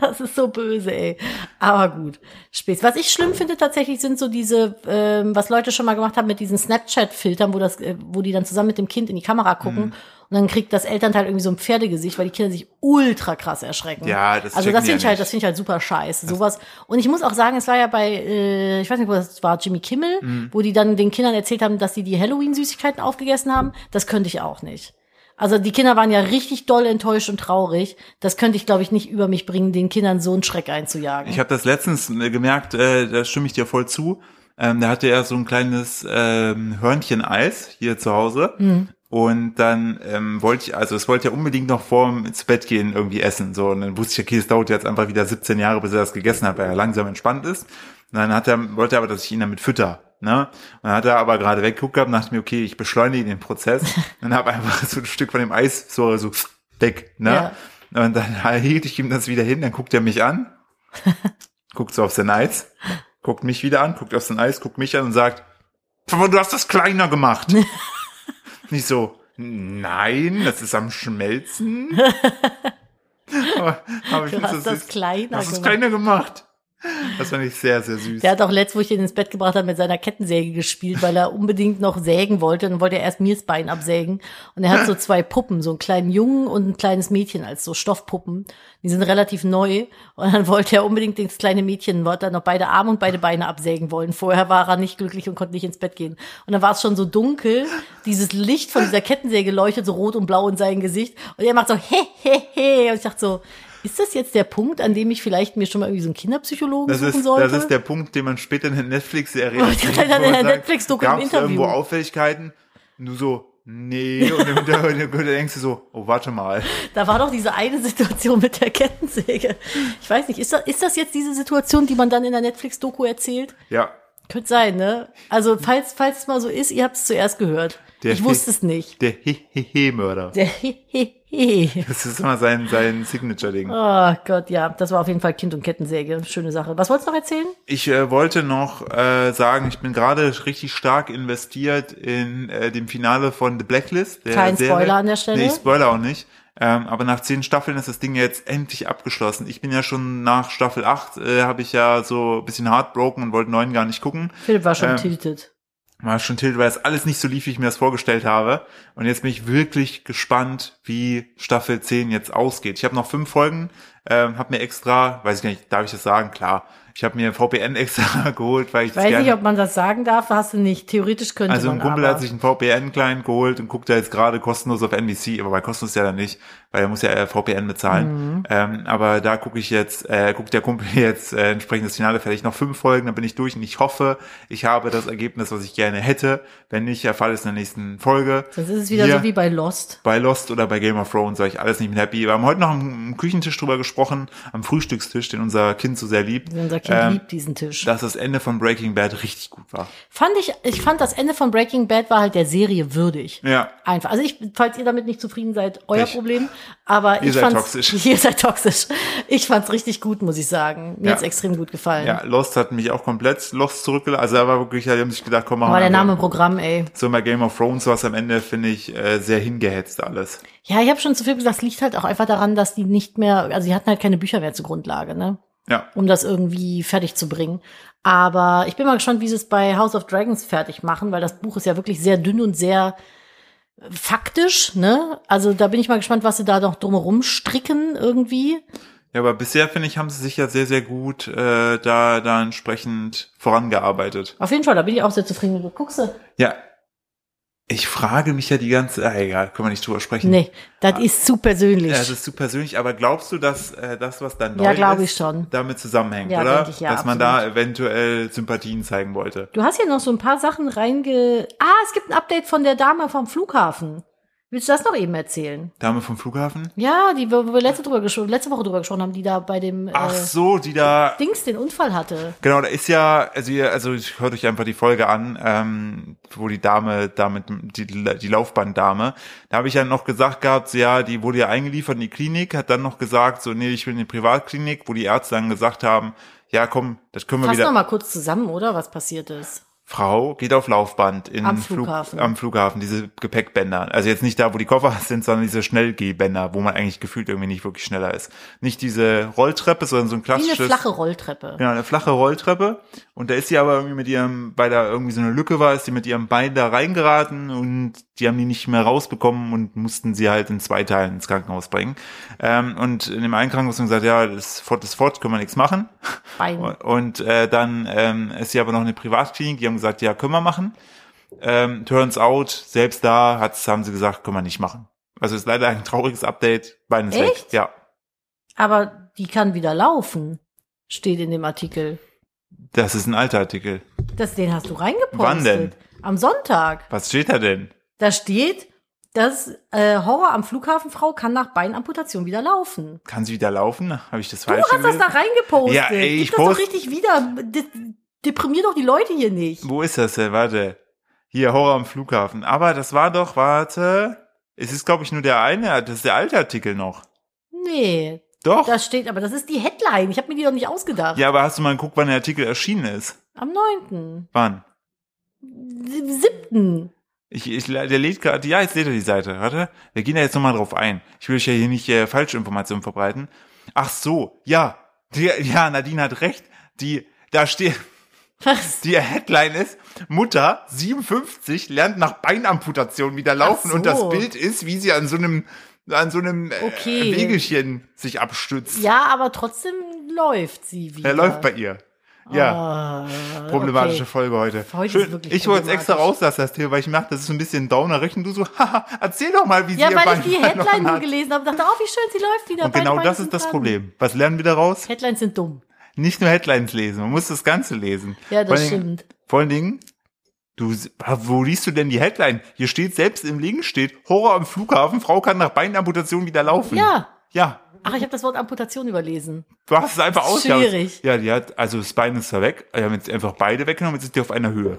Speaker 2: Das ist so böse, ey. Aber gut, Späß. Was ich schlimm finde tatsächlich sind so diese, ähm, was Leute schon mal gemacht haben mit diesen Snapchat-Filtern, wo das, äh, wo die dann zusammen mit dem Kind in die Kamera
Speaker 1: Mhm.
Speaker 2: gucken und dann kriegt das Elternteil irgendwie so ein Pferdegesicht, weil die Kinder sich ultra krass erschrecken.
Speaker 1: Ja, das
Speaker 2: also
Speaker 1: checken
Speaker 2: das
Speaker 1: die ja
Speaker 2: finde ich halt,
Speaker 1: nicht.
Speaker 2: das finde ich halt super scheiße. Sowas. Und ich muss auch sagen, es war ja bei, äh, ich weiß nicht, wo das war, Jimmy Kimmel, wo die dann den Kindern erzählt haben, dass sie die Halloween-Süßigkeiten aufgegessen haben. Das könnte ich auch nicht. Also die Kinder waren ja richtig doll enttäuscht und traurig. Das könnte ich, glaube ich, nicht über mich bringen, den Kindern so einen Schreck einzujagen.
Speaker 1: Ich habe das letztens äh, gemerkt, äh, da stimme ich dir voll zu. Ähm, da hatte er so ein kleines ähm, Hörnchen-Eis hier zu Hause. Und dann ähm, wollte ich, also es wollte ja unbedingt noch vorm ins Bett gehen irgendwie essen. So, und dann wusste ich, okay, es dauert jetzt einfach wieder 17 Jahre, bis er das gegessen hat, weil er langsam entspannt ist. Und dann hat er, wollte er aber, dass ich ihn damit fütter. Ne? Und dann hat er aber gerade weggeguckt gehabt und dachte mir, okay, ich beschleunige den Prozess. und habe einfach so ein Stück von dem Eis so, so weg. Ne? Und dann hielt ich ihm das wieder hin, dann guckt er mich an, guckt so auf sein Eis, guckt mich wieder an, guckt auf sein Eis, guckt mich an und sagt, Papa, du hast das kleiner gemacht. Nicht so, nein, das ist am Schmelzen. aber, aber ich
Speaker 2: Du
Speaker 1: find's
Speaker 2: hast
Speaker 1: so
Speaker 2: das
Speaker 1: süß.
Speaker 2: kleiner
Speaker 1: Du hast das
Speaker 2: gemacht.
Speaker 1: kleiner gemacht. Das fand ich sehr, sehr süß.
Speaker 2: Der hat auch letzt, wo ich ihn ins Bett gebracht habe, mit seiner Kettensäge gespielt, weil er unbedingt noch sägen wollte. Dann wollte er erst mir das Bein absägen. Und er hat so zwei Puppen, so einen kleinen Jungen und ein kleines Mädchen als so Stoffpuppen. Die sind relativ neu. Und dann wollte er unbedingt das kleine Mädchen, wollte dann noch beide Arme und beide Beine absägen wollen. Vorher war er nicht glücklich und konnte nicht ins Bett gehen. Und dann war es schon so dunkel. Dieses Licht von dieser Kettensäge leuchtet so rot und blau in sein Gesicht. Und er macht so, he, he, he. Und ich dachte so, ist das jetzt der Punkt, an dem ich vielleicht mir schon mal irgendwie so einen Kinderpsychologen
Speaker 1: das
Speaker 2: suchen
Speaker 1: ist,
Speaker 2: sollte?
Speaker 1: das ist der Punkt, den man später in der Netflix-Serie
Speaker 2: Oh, das
Speaker 1: sieht,
Speaker 2: hat er
Speaker 1: wo man
Speaker 2: in der
Speaker 1: sagt,
Speaker 2: Netflix-Doku im
Speaker 1: "Gab's da
Speaker 2: Interview."
Speaker 1: irgendwo Auffälligkeiten? Und du so, nee. Und im Hintergrund im Hintergrund denkst du so, oh, warte mal.
Speaker 2: Da war doch diese eine Situation mit der Kettensäge. Ich weiß nicht, ist das, ist das jetzt diese Situation, die man dann in der Netflix-Doku erzählt?
Speaker 1: Ja,
Speaker 2: Könnte sein, ne? Also, falls, falls es mal so ist, ihr habt es zuerst gehört.
Speaker 1: Der
Speaker 2: ich wusste es nicht.
Speaker 1: der Hehehe-Mörder.
Speaker 2: Der Hehehe.
Speaker 1: Das ist immer sein, sein Signature-Ding.
Speaker 2: Oh Gott, ja, das war auf jeden Fall Kind und Kettensäge. Schöne Sache. Was wolltest du noch erzählen?
Speaker 1: Ich äh, wollte noch äh, sagen, ich bin gerade richtig stark investiert in äh, dem Finale von The Blacklist. der
Speaker 2: Kein Spoiler an der Stelle.
Speaker 1: Nee, ich spoiler auch nicht. Ähm, aber nach zehn Staffeln ist das Ding jetzt endlich abgeschlossen. Ich bin ja schon nach Staffel 8, äh, habe ich ja so ein bisschen heartbroken und wollte neun gar nicht gucken.
Speaker 2: Philipp war schon
Speaker 1: Ähm,
Speaker 2: tiltet.
Speaker 1: War schon tilt, weil es alles nicht so lief, wie ich mir das vorgestellt habe. Und jetzt bin ich wirklich gespannt, wie Staffel 10 jetzt ausgeht. Ich habe noch fünf Folgen, ähm, habe mir extra, weiß ich gar nicht, darf ich das sagen? Klar. Ich habe mir VPN extra geholt, weil ich, das
Speaker 2: Weiß
Speaker 1: gerne...
Speaker 2: nicht, ob man das sagen darf, hast du nicht. Theoretisch könnte
Speaker 1: also
Speaker 2: man
Speaker 1: ein Kumpel
Speaker 2: aber.
Speaker 1: hat sich einen VPN-Client geholt und guckt da jetzt gerade kostenlos auf NBC, aber bei kostenlos ja dann nicht, weil er muss ja äh, VPN
Speaker 2: Mhm.
Speaker 1: bezahlen. Ähm, aber da gucke ich jetzt, äh, guckt der Kumpel jetzt äh, entsprechend das Finale fertig. Noch fünf Folgen, dann bin ich durch und ich hoffe, ich habe das Ergebnis, was ich gerne hätte. Wenn nicht, der Fall ist in der nächsten Folge.
Speaker 2: Sonst ist es wieder
Speaker 1: Hier-
Speaker 2: so wie bei Lost.
Speaker 1: bei Lost oder bei Game of Thrones war ich alles nicht mit happy. Wir haben heute noch am am Küchentisch drüber gesprochen, am Frühstückstisch, den unser Kind so sehr liebt,
Speaker 2: Unser Kind
Speaker 1: Ähm,
Speaker 2: liebt diesen Tisch.
Speaker 1: dass das Ende von Breaking Bad richtig gut war.
Speaker 2: Fand ich, ich fand das Ende von Breaking Bad war halt der Serie würdig.
Speaker 1: Ja.
Speaker 2: Einfach. Also ich, falls ihr damit nicht zufrieden seid, euer
Speaker 1: Pech.
Speaker 2: Problem. Aber
Speaker 1: Ihr
Speaker 2: ich
Speaker 1: seid
Speaker 2: fand's,
Speaker 1: toxisch.
Speaker 2: Ihr seid toxisch. Ich fand's richtig gut, muss ich sagen. Mir
Speaker 1: Ja.
Speaker 2: hat's extrem gut gefallen.
Speaker 1: Ja, Lost hat mich auch komplett Lost zurückgelassen. Also da war wirklich, die haben sich gedacht, komm, machen
Speaker 2: Aber der
Speaker 1: einfach-
Speaker 2: Name Programm, ey.
Speaker 1: So bei Game of Thrones war es am Ende, finde ich, äh, sehr hingehetzt alles.
Speaker 2: Ja, ich habe schon zu viel gesagt. Es liegt halt auch einfach daran, dass die nicht mehr, also die hatten halt keine Bücher mehr zur Grundlage, ne?
Speaker 1: Ja.
Speaker 2: um das irgendwie fertig zu bringen. Aber ich bin mal gespannt, wie sie es bei House of Dragons fertig machen, weil das Buch ist ja wirklich sehr dünn und sehr faktisch, ne? Also da bin ich mal gespannt, was sie da noch drumherum stricken irgendwie.
Speaker 1: Ja, aber bisher, finde ich, haben sie sich ja sehr, sehr gut äh, da, da entsprechend vorangearbeitet.
Speaker 2: Auf jeden Fall, da bin ich auch sehr zufrieden mit. Guckst du?
Speaker 1: Ja. Ich frage mich ja die ganze, ah, egal, können wir nicht drüber sprechen.
Speaker 2: Nee, das ist zu persönlich.
Speaker 1: Ja, es ist zu persönlich, aber glaubst du, dass äh, das, was dann neu
Speaker 2: Ja, glaub ich
Speaker 1: ist,
Speaker 2: schon.
Speaker 1: damit zusammenhängt,
Speaker 2: Ja,
Speaker 1: oder?
Speaker 2: denk ich, ja,
Speaker 1: dass man da eventuell Sympathien zeigen wollte.
Speaker 2: du hast hier noch so ein paar Sachen reinge... Ah, es gibt ein Update von der Dame vom Flughafen. Willst du das noch eben erzählen?
Speaker 1: Dame vom Flughafen?
Speaker 2: Ja, die wo wir letzte, drüber gesch- letzte Woche drüber gesprochen haben, die da bei dem
Speaker 1: Ach
Speaker 2: äh,
Speaker 1: so, die da
Speaker 2: Dings den Unfall hatte.
Speaker 1: Genau, da ist ja, also ihr, also ich hört euch einfach die Folge an, ähm, wo die Dame, damit die, die Laufbanddame, da habe ich ja noch gesagt gehabt, so, ja, die wurde ja eingeliefert in die Klinik, hat dann noch gesagt, so, nee, ich bin in die Privatklinik, wo die Ärzte dann gesagt haben, ja, komm, das können wir
Speaker 2: Fass
Speaker 1: wieder.
Speaker 2: noch mal kurz zusammen, oder? Was passiert ist.
Speaker 1: Frau geht auf Laufband in
Speaker 2: Am
Speaker 1: Flug-
Speaker 2: Flughafen.
Speaker 1: am Flughafen, diese Gepäckbänder. Also jetzt nicht da, wo die Koffer sind, sondern diese Schnellgehbänder, wo man eigentlich gefühlt irgendwie nicht wirklich schneller ist. Nicht diese Rolltreppe, sondern so ein
Speaker 2: Wie eine
Speaker 1: klassisches.
Speaker 2: flache Rolltreppe.
Speaker 1: Genau, eine flache Rolltreppe. Und da ist sie aber irgendwie mit ihrem, weil da irgendwie so eine Lücke war, ist sie mit ihrem Bein da reingeraten und die haben die nicht mehr rausbekommen und mussten sie halt in zwei Teilen ins Krankenhaus bringen. Ähm, und in dem einen Krankenhaus haben sie gesagt, ja, das ist fort, das ist fort, können wir nichts machen.
Speaker 2: Bein.
Speaker 1: Und, und äh, dann ähm, ist sie aber noch eine Privatklinik, die haben gesagt, ja, können wir machen. Ähm, turns out, selbst da hat's, haben sie gesagt, können wir nicht machen. Also ist leider ein trauriges Update, Bein ist weg.
Speaker 2: Echt?
Speaker 1: Ja,
Speaker 2: Aber die kann wieder laufen, steht in dem Artikel.
Speaker 1: das ist ein alter Artikel.
Speaker 2: Das, den hast du reingepostet.
Speaker 1: Wann denn?
Speaker 2: Am Sonntag.
Speaker 1: Was steht da denn?
Speaker 2: Da steht, dass äh, Horror am Flughafenfrau kann nach Beinamputation wieder laufen.
Speaker 1: Kann sie wieder laufen? Habe ich das
Speaker 2: Du
Speaker 1: falsch
Speaker 2: hast das
Speaker 1: gelesen?
Speaker 2: da reingepostet.
Speaker 1: Ja, ey,
Speaker 2: Gib
Speaker 1: ich
Speaker 2: das doch
Speaker 1: post-
Speaker 2: richtig wieder. De deprimier doch die Leute hier nicht.
Speaker 1: Wo ist das denn? Warte. Hier, Horror am Flughafen. Aber das war doch, warte. Es ist, glaube ich, nur der eine, das ist der alte Artikel noch.
Speaker 2: Nee,
Speaker 1: Doch.
Speaker 2: das steht, aber das ist die Headline. Ich habe mir die doch nicht ausgedacht.
Speaker 1: ja, aber hast du mal geguckt, wann der Artikel erschienen ist?
Speaker 2: Am 9.
Speaker 1: Wann?
Speaker 2: 7.
Speaker 1: Ich, ich, der lädt gerade, ja, jetzt lädt er die Seite, warte. Wir gehen da jetzt nochmal drauf ein. Ich will euch ja hier nicht äh, falsche Informationen verbreiten. Ach so, ja. Die, ja, Nadine hat recht. Die, da steht,
Speaker 2: Was?
Speaker 1: die Headline ist, Mutter 57 lernt nach Beinamputation wieder laufen
Speaker 2: Ach so.
Speaker 1: und das Bild ist, wie sie an so einem an so einem äh,
Speaker 2: Okay.
Speaker 1: Wegelchen sich abstützt.
Speaker 2: Ja, aber trotzdem läuft sie wieder.
Speaker 1: Der läuft bei ihr. Ja,
Speaker 2: Ah,
Speaker 1: problematische
Speaker 2: okay.
Speaker 1: Folge heute.
Speaker 2: Heute ist
Speaker 1: Schön.
Speaker 2: wirklich
Speaker 1: Ich wollte es extra
Speaker 2: problematisch.
Speaker 1: rauslassen, das Thema, weil ich merke, das ist so ein bisschen Downer. Rechnen du so, haha, erzähl doch mal, wie
Speaker 2: Ja,
Speaker 1: sie ihr
Speaker 2: weil
Speaker 1: Bein
Speaker 2: ich die
Speaker 1: verloren
Speaker 2: Headline nur
Speaker 1: hat.
Speaker 2: gelesen habe, dachte, oh, wie schön, sie läuft wieder.
Speaker 1: Und
Speaker 2: Beide
Speaker 1: genau
Speaker 2: Beine
Speaker 1: das
Speaker 2: sind
Speaker 1: ist das
Speaker 2: dran.
Speaker 1: Problem. Was lernen wir daraus?
Speaker 2: Headlines sind dumm.
Speaker 1: Nicht nur Headlines lesen, man muss das Ganze lesen.
Speaker 2: Ja,
Speaker 1: Vor
Speaker 2: das
Speaker 1: allen Dingen-
Speaker 2: stimmt.
Speaker 1: Vor allen Dingen, du, wo liest du denn die Headline? Hier steht, selbst im Link steht, Horror am Flughafen, Frau kann nach Beinamputation wieder laufen.
Speaker 2: Ja.
Speaker 1: Ja,
Speaker 2: Ach, ich habe das Wort Amputation überlesen.
Speaker 1: du hast es einfach
Speaker 2: Das
Speaker 1: aus.
Speaker 2: ist schwierig.
Speaker 1: Ja, die hat, also das Bein ist da weg, die haben jetzt einfach beide weggenommen, jetzt sind die auf einer Höhe.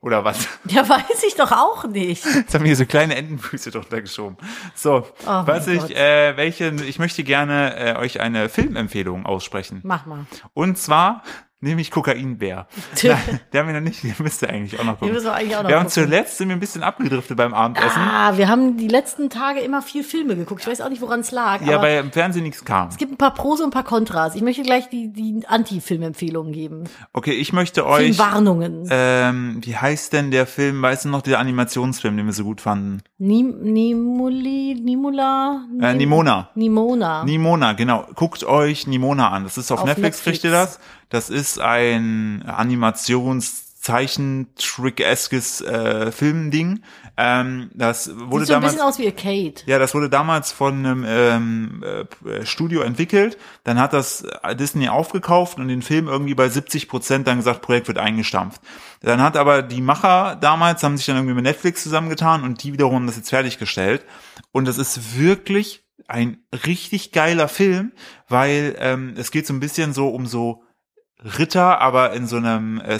Speaker 1: Oder was?
Speaker 2: Ja, weiß ich doch auch nicht.
Speaker 1: Jetzt haben wir hier so kleine Entenfüße drunter geschoben. So,
Speaker 2: Oh mein
Speaker 1: was
Speaker 2: Gott.
Speaker 1: ich, äh, welchen, ich möchte gerne äh, euch eine Filmempfehlung aussprechen.
Speaker 2: Mach mal.
Speaker 1: Und zwar nehme ich Kokainbär. Nein, der haben wir noch nicht, der müsste eigentlich auch noch gucken.
Speaker 2: Den müssen wir eigentlich auch noch
Speaker 1: wir haben
Speaker 2: gucken.
Speaker 1: zuletzt sind wir ein bisschen abgedriftet beim Abendessen.
Speaker 2: Ah, wir haben die letzten Tage immer viel Filme geguckt. Ich weiß auch nicht, woran es lag.
Speaker 1: ja,
Speaker 2: aber
Speaker 1: weil im Fernsehen nichts kam.
Speaker 2: es gibt ein paar Pros und ein paar Kontras. Ich möchte gleich die, die Anti-Film-Empfehlungen geben.
Speaker 1: Okay, ich möchte euch.
Speaker 2: Filmwarnungen.
Speaker 1: Ähm, wie heißt denn der Film? Weißt du noch, der Animationsfilm, den wir so gut fanden?
Speaker 2: Nim Nimuli, Nimula?
Speaker 1: Äh,
Speaker 2: Nim-
Speaker 1: Nimona.
Speaker 2: Nimona.
Speaker 1: Nimona, genau. Guckt euch Nimona an. Das ist auf,
Speaker 2: Auf
Speaker 1: Netflix,
Speaker 2: Netflix.
Speaker 1: kriegt ihr das. Das ist ein Animationszeichentrick-eskes äh, Filmding. Ähm, das wurde
Speaker 2: Sieht so ein
Speaker 1: damals.
Speaker 2: bisschen aus wie Arcade.
Speaker 1: Ja, das wurde damals von einem ähm, äh, Studio entwickelt. Dann hat das äh, Disney aufgekauft und den Film irgendwie bei 70 Prozent dann gesagt, Projekt wird eingestampft. Dann hat aber die Macher damals, haben sich dann irgendwie mit Netflix zusammengetan und die wiederum haben das jetzt fertiggestellt. Und das ist wirklich ein richtig geiler Film, weil ähm, es geht so ein bisschen so um so Ritter, aber in so einem äh,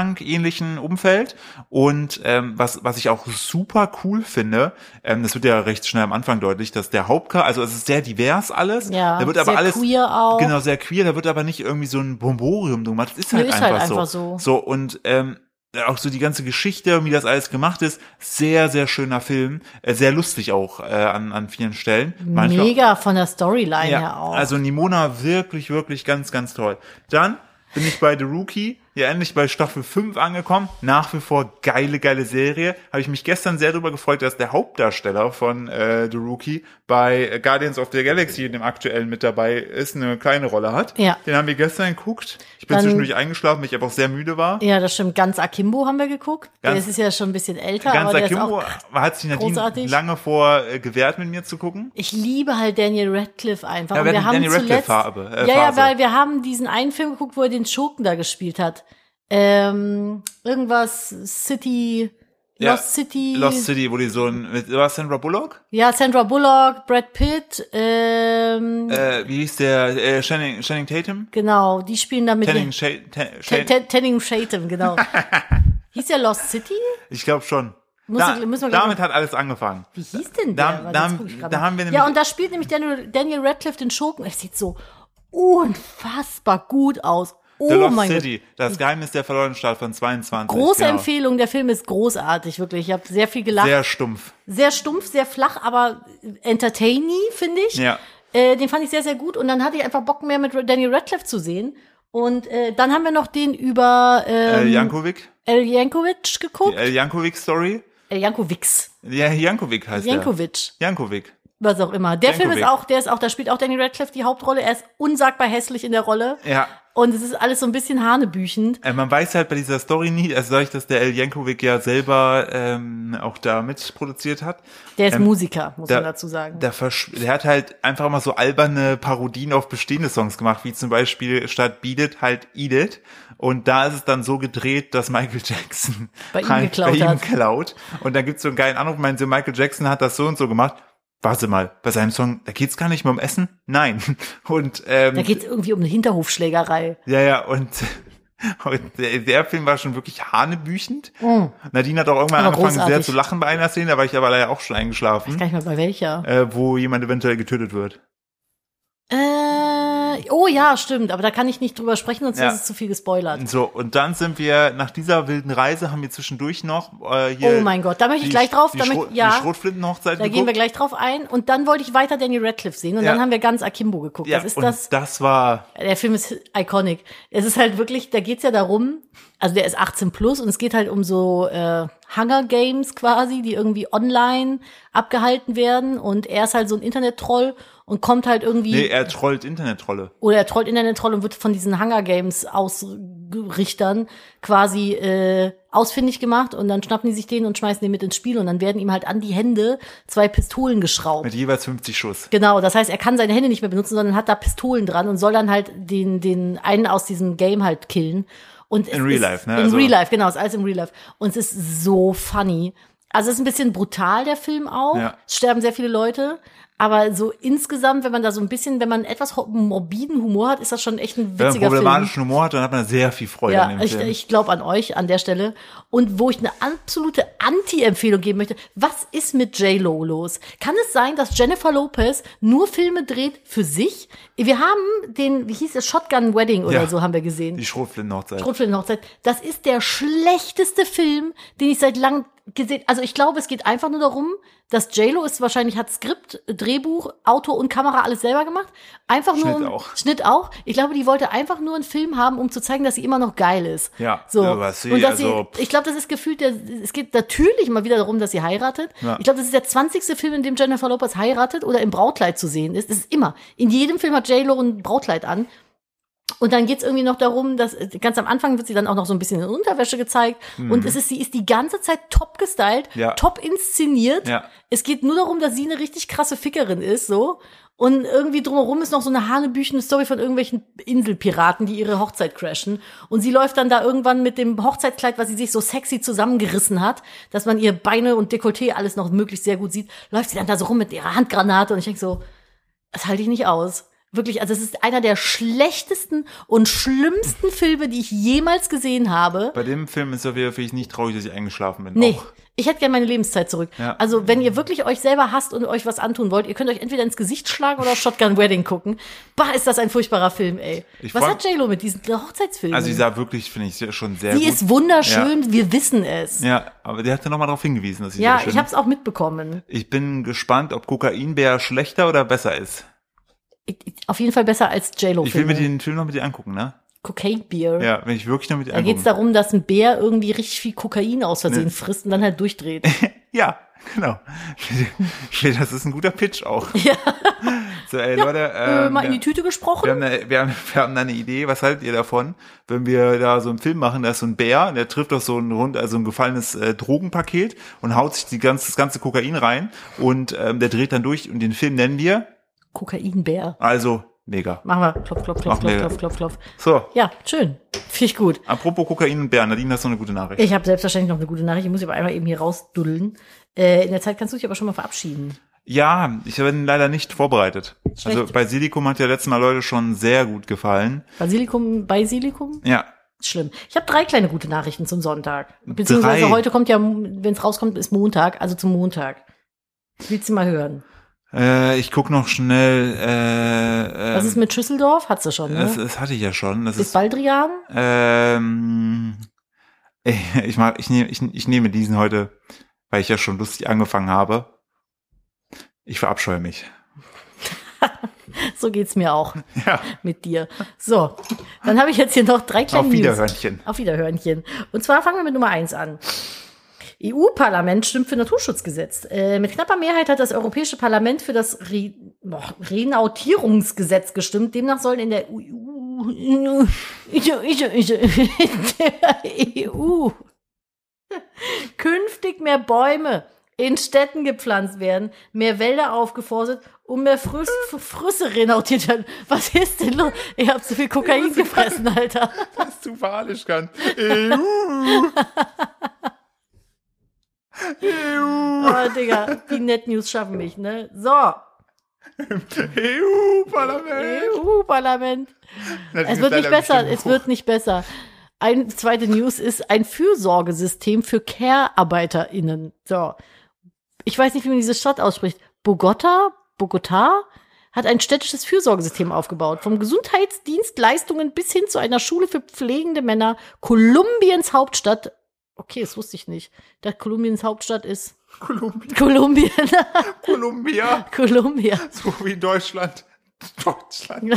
Speaker 1: Cyberpunk-ähnlichen Umfeld. Und ähm, was, was ich auch super cool finde, ähm, das wird ja recht schnell am Anfang deutlich, dass der Hauptcharakter, also es ist sehr divers alles.
Speaker 2: Ja,
Speaker 1: da wird aber
Speaker 2: sehr
Speaker 1: alles
Speaker 2: queer auch.
Speaker 1: Genau, sehr queer, da wird aber nicht irgendwie so ein Bomborium gemacht. Das ist halt,
Speaker 2: ist
Speaker 1: einfach,
Speaker 2: halt
Speaker 1: so.
Speaker 2: einfach so.
Speaker 1: So, und ähm, auch so die ganze Geschichte, wie das alles gemacht ist, sehr, sehr schöner Film, äh, sehr lustig auch äh, an, an vielen Stellen. Manchmal-
Speaker 2: Mega von der Storyline her auch.
Speaker 1: also Nimona wirklich, wirklich ganz, ganz toll. Dann bin ich bei The Rookie, ja endlich bei Staffel 5 angekommen. Nach wie vor geile, geile Serie. Habe ich mich gestern sehr darüber gefreut, dass der Hauptdarsteller von äh, The Rookie bei äh, Guardians of the Galaxy, dem aktuellen mit dabei ist, eine kleine Rolle hat.
Speaker 2: Ja.
Speaker 1: Den haben wir gestern geguckt. Ich bin
Speaker 2: Dann-
Speaker 1: zwischendurch eingeschlafen, weil ich aber auch sehr müde war.
Speaker 2: ja, das stimmt. Ganz Akimbo haben wir geguckt.
Speaker 1: Ganz-
Speaker 2: der ist ja schon ein bisschen älter,
Speaker 1: Ganz
Speaker 2: aber der ist
Speaker 1: Akimbo
Speaker 2: auch.
Speaker 1: äh, hat sich Nadine
Speaker 2: großartig.
Speaker 1: lange vor äh, gewehrt, mit mir zu gucken.
Speaker 2: Ich liebe halt Daniel Radcliffe einfach.
Speaker 1: Ja,
Speaker 2: Und
Speaker 1: wir
Speaker 2: wir
Speaker 1: hatten
Speaker 2: haben
Speaker 1: Daniel
Speaker 2: zuletzt,
Speaker 1: Radcliffe-Farbe, äh,
Speaker 2: ja, ja,
Speaker 1: Phase.
Speaker 2: weil wir haben diesen einen Film geguckt, wo er den Schurken da gespielt hat. Ähm, irgendwas City,
Speaker 1: Ja,
Speaker 2: Lost City.
Speaker 1: Lost City, wo die so ein, mit, war es Sandra Bullock?
Speaker 2: Ja, Sandra Bullock, Brad Pitt, ähm,
Speaker 1: äh, wie hieß der, äh, Channing, Channing Tatum?
Speaker 2: genau, die spielen da mit
Speaker 1: Channing, Sha Ta-
Speaker 2: Ten-
Speaker 1: Sha
Speaker 2: Ten- Tenning Shatem, genau. Hieß der Lost City?
Speaker 1: ich glaube schon.
Speaker 2: Muss
Speaker 1: Da,
Speaker 2: ich- müssen wir gleich Oh
Speaker 1: damit hat alles angefangen.
Speaker 2: Wie hieß denn
Speaker 1: Da-
Speaker 2: der? Warte,
Speaker 1: da-
Speaker 2: jetzt guck ich grad
Speaker 1: da
Speaker 2: mal.
Speaker 1: haben wir nämlich-
Speaker 2: ja, und da spielt nämlich Daniel, Daniel Radcliffe den Schurken. Es sieht so unfassbar gut aus. Oh
Speaker 1: The Lost
Speaker 2: mein
Speaker 1: City, das Geheimnis der verlorenen Stadt von 22.
Speaker 2: Gott. Große
Speaker 1: genau.
Speaker 2: Empfehlung, der Film ist großartig, wirklich. Ich habe sehr viel gelacht. Sehr,
Speaker 1: Sehr stumpf.
Speaker 2: stumpf, sehr flach, aber entertaining, finde ich.
Speaker 1: Ja.
Speaker 2: Äh, den fand ich sehr, sehr gut. Und dann hatte ich einfach Bock mehr mit Daniel Radcliffe zu sehen. Und äh, dann haben wir noch den über
Speaker 1: Äh,
Speaker 2: ähm,
Speaker 1: Jankovic,
Speaker 2: El Jankovic
Speaker 1: die
Speaker 2: geguckt.
Speaker 1: äh, Jankovic Story.
Speaker 2: El Jankovic.
Speaker 1: Ja, Jankovic heißt
Speaker 2: Jankovic.
Speaker 1: er. Jankovic.
Speaker 2: was auch immer. Der
Speaker 1: Jankovic.
Speaker 2: Film ist auch, der ist auch, da spielt auch Danny Radcliffe die Hauptrolle. Er ist unsagbar hässlich in der Rolle.
Speaker 1: Ja.
Speaker 2: Und es ist alles so ein bisschen hanebüchend.
Speaker 1: Äh, man weiß halt bei dieser Story nie, also dadurch, dass der El Jankovic ja selber ähm, auch da mitproduziert hat,
Speaker 2: Der ist Musiker, muss
Speaker 1: Ähm, da-
Speaker 2: man dazu sagen.
Speaker 1: Der, versch- der hat halt einfach mal so alberne Parodien auf bestehende Songs gemacht, wie zum Beispiel statt Beat It halt Eat It. Und da ist es dann so gedreht, dass Michael Jackson halt
Speaker 2: Bei ihm geklaut
Speaker 1: bei ihm
Speaker 2: hat.
Speaker 1: klaut. Und dann gibt's so einen geilen Anruf, meinen so, Michael Jackson hat das so und so gemacht. Warte mal, bei seinem Song, da geht's gar nicht mehr um Essen? Nein. Und ähm,
Speaker 2: da geht's irgendwie um eine Hinterhofschlägerei.
Speaker 1: ja, ja, und, und der, der Film war schon wirklich hanebüchend. Nadine hat auch irgendwann
Speaker 2: Mhm. Aber
Speaker 1: angefangen, sehr
Speaker 2: großartig.
Speaker 1: zu lachen bei einer Szene, da war ich aber leider auch schon eingeschlafen,
Speaker 2: Gar nicht mal bei welcher.
Speaker 1: äh, wo jemand eventuell getötet wird.
Speaker 2: Äh, oh ja, stimmt. Aber da kann ich nicht drüber sprechen, sonst
Speaker 1: Ja.
Speaker 2: ist es zu viel gespoilert.
Speaker 1: So, und dann sind wir nach dieser wilden Reise, haben wir zwischendurch noch äh, hier.
Speaker 2: Oh mein Gott, da möchte
Speaker 1: die-
Speaker 2: ich gleich drauf,
Speaker 1: Die,
Speaker 2: da möchte-
Speaker 1: Schrot,
Speaker 2: ja.
Speaker 1: die Schrotflintenhochzeit.
Speaker 2: Da gehen wir gleich drauf ein. Und dann wollte ich weiter Danny Radcliffe sehen. Und
Speaker 1: Ja.
Speaker 2: dann haben wir ganz Akimbo geguckt.
Speaker 1: Ja,
Speaker 2: das ist
Speaker 1: und
Speaker 2: das
Speaker 1: das, war.
Speaker 2: Der Film ist iconic. Es ist halt wirklich, da geht's ja darum, also der ist 18 plus und es geht halt um so äh, Hunger Games quasi, die irgendwie online abgehalten werden und er ist halt so ein Internet-Troll und kommt halt irgendwie
Speaker 1: Nee, er trollt Internet-Trolle.
Speaker 2: oder er trollt Internet-Troll und wird von diesen Hunger Games Ausrichtern quasi äh, ausfindig gemacht und dann schnappen die sich den und schmeißen den mit ins Spiel und dann werden ihm halt an die Hände zwei Pistolen geschraubt.
Speaker 1: Mit jeweils 50 Schuss.
Speaker 2: Genau, das heißt, er kann seine Hände nicht mehr benutzen, sondern hat da Pistolen dran und soll dann halt den, den einen aus diesem Game halt killen. Und es
Speaker 1: In real
Speaker 2: ist,
Speaker 1: life, ne?
Speaker 2: In
Speaker 1: Also-
Speaker 2: real life, genau, ist alles im real life. Und es ist so funny. Also es ist ein bisschen brutal, der Film auch.
Speaker 1: Ja.
Speaker 2: Es sterben sehr viele Leute. Aber so insgesamt, wenn man da so ein bisschen, wenn man etwas ho- morbiden Humor hat, ist das schon echt ein
Speaker 1: Wenn man
Speaker 2: witziger Film.
Speaker 1: problematischen Humor hat, dann hat man sehr viel Freude
Speaker 2: Ja,
Speaker 1: an dem
Speaker 2: ich,
Speaker 1: Film.
Speaker 2: ich glaube an euch an der Stelle. Und wo ich eine absolute Anti-Empfehlung geben möchte, was ist mit J-Lo los? Kann es sein, dass Jennifer Lopez nur Filme dreht für sich? Wir haben den, wie hieß es, Shotgun Wedding oder
Speaker 1: Ja.
Speaker 2: so haben wir gesehen.
Speaker 1: die Schrotflintenhochzeit.
Speaker 2: Schrotflintenhochzeit. Das ist der schlechteste Film, den ich seit langem gesehen. Also ich glaube, es geht einfach nur darum, dass J-Lo ist wahrscheinlich hat Skript, Drehbuch, Auto und Kamera alles selber gemacht. Einfach nur
Speaker 1: Schnitt
Speaker 2: um,
Speaker 1: auch.
Speaker 2: Schnitt auch. Ich glaube, die wollte einfach nur einen Film haben, um zu zeigen, dass sie immer noch geil ist.
Speaker 1: Ja,
Speaker 2: So.
Speaker 1: ja, was sie-
Speaker 2: und dass
Speaker 1: also,
Speaker 2: sie, ich glaube, das ist gefühlt, der, es geht natürlich mal wieder darum, dass sie heiratet.
Speaker 1: Ja.
Speaker 2: Ich glaube, das ist der 20. Film, in dem Jennifer Lopez heiratet oder im Brautkleid zu sehen ist. Das ist immer. In jedem Film hat J-Lo ein Brautkleid an. Und dann geht's irgendwie noch darum, dass äh, ganz am Anfang wird sie dann auch noch so ein bisschen in Unterwäsche gezeigt. Und es ist, sie ist die ganze Zeit top gestylt,
Speaker 1: Ja.
Speaker 2: top inszeniert.
Speaker 1: Ja.
Speaker 2: Es geht nur darum, dass sie eine richtig krasse Fickerin ist, so. Und irgendwie drumherum ist noch so eine hanebüchene Story von irgendwelchen Inselpiraten, die ihre Hochzeit crashen. Und sie läuft dann da irgendwann mit dem Hochzeitskleid, was sie sich so sexy zusammengerissen hat, dass man ihr Beine und Dekolleté alles noch möglichst sehr gut sieht, läuft sie dann da so rum mit ihrer Handgranate. Und ich denk so, das halte ich nicht aus. Wirklich, also es ist einer der schlechtesten und schlimmsten Filme, die ich jemals gesehen habe.
Speaker 1: Bei dem Film ist auf jeden Fall nicht traurig, dass ich eingeschlafen bin.
Speaker 2: Nee,
Speaker 1: Auch.
Speaker 2: ich hätte gerne meine Lebenszeit zurück.
Speaker 1: Ja.
Speaker 2: Also, wenn ihr wirklich euch selber hasst und euch was antun wollt, ihr könnt euch entweder ins Gesicht schlagen oder auf Shotgun Wedding gucken. Bah, ist das ein furchtbarer Film, ey.
Speaker 1: Ich
Speaker 2: was
Speaker 1: freu-
Speaker 2: hat JLo mit diesen Hochzeitsfilmen?
Speaker 1: Also die sah wirklich, finde ich, sehr- schon sehr
Speaker 2: Die
Speaker 1: gut.
Speaker 2: ist wunderschön, wir wissen es. Ja,
Speaker 1: Ja, aber der hatte nochmal darauf hingewiesen, dass sie sehr schön
Speaker 2: ich habe es auch mitbekommen.
Speaker 1: Ich bin gespannt, ob Kokainbär schlechter oder besser ist.
Speaker 2: Ich, ich, auf jeden Fall besser als JLo.
Speaker 1: Ich will mir den Film noch mit dir angucken, ne?
Speaker 2: Cocaine Beer.
Speaker 1: Ja, wenn ich wirklich noch mit dir
Speaker 2: Da geht's
Speaker 1: angucken.
Speaker 2: darum, dass ein Bär irgendwie richtig viel Kokain aus Versehen frisst und dann halt durchdreht.
Speaker 1: Ähm, ja, genau. Ich will- das ist ein guter Pitch auch.
Speaker 2: Ja.
Speaker 1: So, ey, Leute,
Speaker 2: äh,
Speaker 1: ähm,
Speaker 2: mal in die
Speaker 1: wir,
Speaker 2: Tüte gesprochen.
Speaker 1: wir, haben eine, wir, haben, wir haben da eine Idee. Was haltet ihr davon, wenn wir da so einen Film machen, da ist so ein Bär, der trifft auf so einen Hund, also ein gefallenes äh, Drogenpaket und haut sich die ganze, das ganze Kokain rein und ähm, der dreht dann durch und den Film nennen wir
Speaker 2: Kokainbär.
Speaker 1: also mega.
Speaker 2: Machen wir. Klopf, klopf, klopf,
Speaker 1: Machen
Speaker 2: klopf,
Speaker 1: wir.
Speaker 2: klopf, klopf, klopf.
Speaker 1: So,
Speaker 2: Ja, schön. Finde ich gut.
Speaker 1: apropos Kokain und Bär, Nadine, das ist noch eine gute Nachricht.
Speaker 2: Ich habe selbstverständlich noch eine gute Nachricht. Ich muss sie aber einmal eben hier rausduddeln. Äh, in der Zeit kannst du dich aber schon mal verabschieden.
Speaker 1: Ja, ich bin leider nicht vorbereitet.
Speaker 2: Schlecht.
Speaker 1: Also Basilikum hat ja letztes Mal Leute schon sehr gut gefallen.
Speaker 2: Basilikum, Basilikum?
Speaker 1: Ja,
Speaker 2: Schlimm. Ich habe drei kleine gute Nachrichten zum Sonntag. Beziehungsweise
Speaker 1: Drei?
Speaker 2: heute kommt ja, wenn es rauskommt, ist Montag, also zum Montag. Willst du mal hören?
Speaker 1: äh, ich guck noch schnell. Äh,
Speaker 2: Was ist mit Schüsseldorf? Hat sie schon, ne?
Speaker 1: das, das hatte ich ja schon. Das
Speaker 2: ist
Speaker 1: ist.
Speaker 2: Baldrian?
Speaker 1: Ähm, ich mag, ich nehme, ich, ich nehme diesen heute, weil ich ja schon lustig angefangen habe. Ich verabscheue mich.
Speaker 2: So geht's mir auch
Speaker 1: Ja,
Speaker 2: mit dir. So, dann habe ich jetzt hier noch drei kleine
Speaker 1: auf
Speaker 2: News.
Speaker 1: Wiederhörnchen.
Speaker 2: Auf Wiederhörnchen. Und zwar fangen wir mit Nummer eins an. EU-Parlament stimmt für Naturschutzgesetz. Äh, mit knapper Mehrheit hat das Europäische Parlament für das Re boah, Renautierungsgesetz gestimmt. Demnach sollen in der EU, in der EU E künftig mehr Bäume in Städten gepflanzt werden, mehr Wälder aufgeforstet und mehr Früs Früsse renautiert werden. Was ist denn los? Ihr habt so viel Kokain gefressen, Alter.
Speaker 1: Das ist zu verhalisch kann. EU. EU.
Speaker 2: Oh, Digga, die Net News schaffen mich, ne? So,
Speaker 1: EU-Parlament.
Speaker 2: EU-Parlament. Es wird nicht besser, es wird nicht besser. Ein zweite News ist ein Fürsorgesystem für Care-ArbeiterInnen. So. Ich weiß nicht, wie man diese Stadt ausspricht. Bogota? Bogota? Hat ein städtisches Fürsorgesystem aufgebaut. Vom Gesundheitsdienstleistungen bis hin zu einer Schule für pflegende Männer. Kolumbiens Hauptstadt. Okay, das wusste ich nicht. Da Kolumbiens Hauptstadt ist
Speaker 1: Kolumbien,
Speaker 2: Kolumbien.
Speaker 1: Kolumbia,
Speaker 2: Kolumbien.
Speaker 1: so wie Deutschland. Deutschland.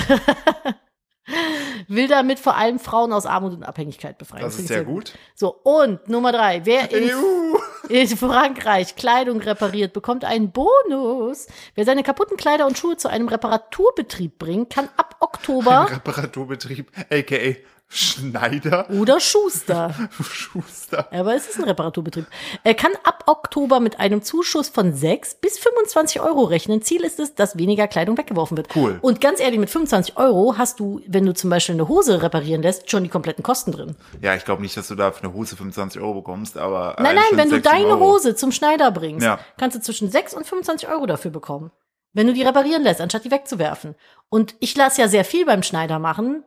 Speaker 2: will damit vor allem Frauen aus Armut und Abhängigkeit befreien.
Speaker 1: Das ist
Speaker 2: Finde
Speaker 1: sehr
Speaker 2: ich
Speaker 1: gut.
Speaker 2: So, und Nummer drei. Wer in,
Speaker 1: EU.
Speaker 2: in Frankreich Kleidung repariert, bekommt einen Bonus. Wer seine kaputten Kleider und Schuhe zu einem Reparaturbetrieb bringt, kann ab Oktober
Speaker 1: Reparaturbetrieb, a.k.a. Schneider,
Speaker 2: oder Schuster.
Speaker 1: Schuster.
Speaker 2: Aber es ist ein Reparaturbetrieb. Er kann ab Oktober mit einem Zuschuss von 6 bis 25 Euro rechnen. Ziel ist es, dass weniger Kleidung weggeworfen wird.
Speaker 1: Cool.
Speaker 2: Und ganz ehrlich, mit 25 Euro hast du, wenn du zum Beispiel eine Hose reparieren lässt, schon die kompletten Kosten drin.
Speaker 1: Ja, ich glaube nicht, dass du da für eine Hose 25 Euro bekommst, aber. allein
Speaker 2: Nein, nein,
Speaker 1: schon
Speaker 2: wenn du
Speaker 1: 16
Speaker 2: deine
Speaker 1: Euro.
Speaker 2: Hose zum Schneider bringst,
Speaker 1: Ja.
Speaker 2: kannst du zwischen 6 und 25 Euro dafür bekommen. Wenn du die reparieren lässt, anstatt die wegzuwerfen. Und ich lasse ja sehr viel beim Schneider machen.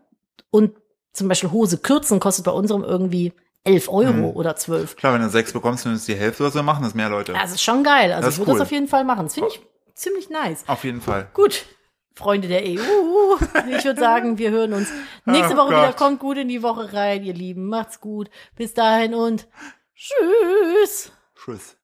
Speaker 2: Und zum Beispiel Hose kürzen kostet bei unserem irgendwie 11 Euro
Speaker 1: Mhm.
Speaker 2: oder 12.
Speaker 1: Klar, wenn du sechs bekommst, dann ist die Hälfte oder so, machen das mehr Leute.
Speaker 2: Das ist schon geil. Also
Speaker 1: Das
Speaker 2: ich
Speaker 1: ist
Speaker 2: würde
Speaker 1: cool. Oh.
Speaker 2: das auf jeden Fall machen. Das finde ich ziemlich nice.
Speaker 1: Auf jeden Fall.
Speaker 2: Gut, Freunde der EU. Ich würde sagen, wir hören uns nächste
Speaker 1: Oh
Speaker 2: Woche wieder.
Speaker 1: Gott.
Speaker 2: Kommt gut in die Woche rein, ihr Lieben. Macht's gut. Bis dahin und tschüss.
Speaker 1: Tschüss.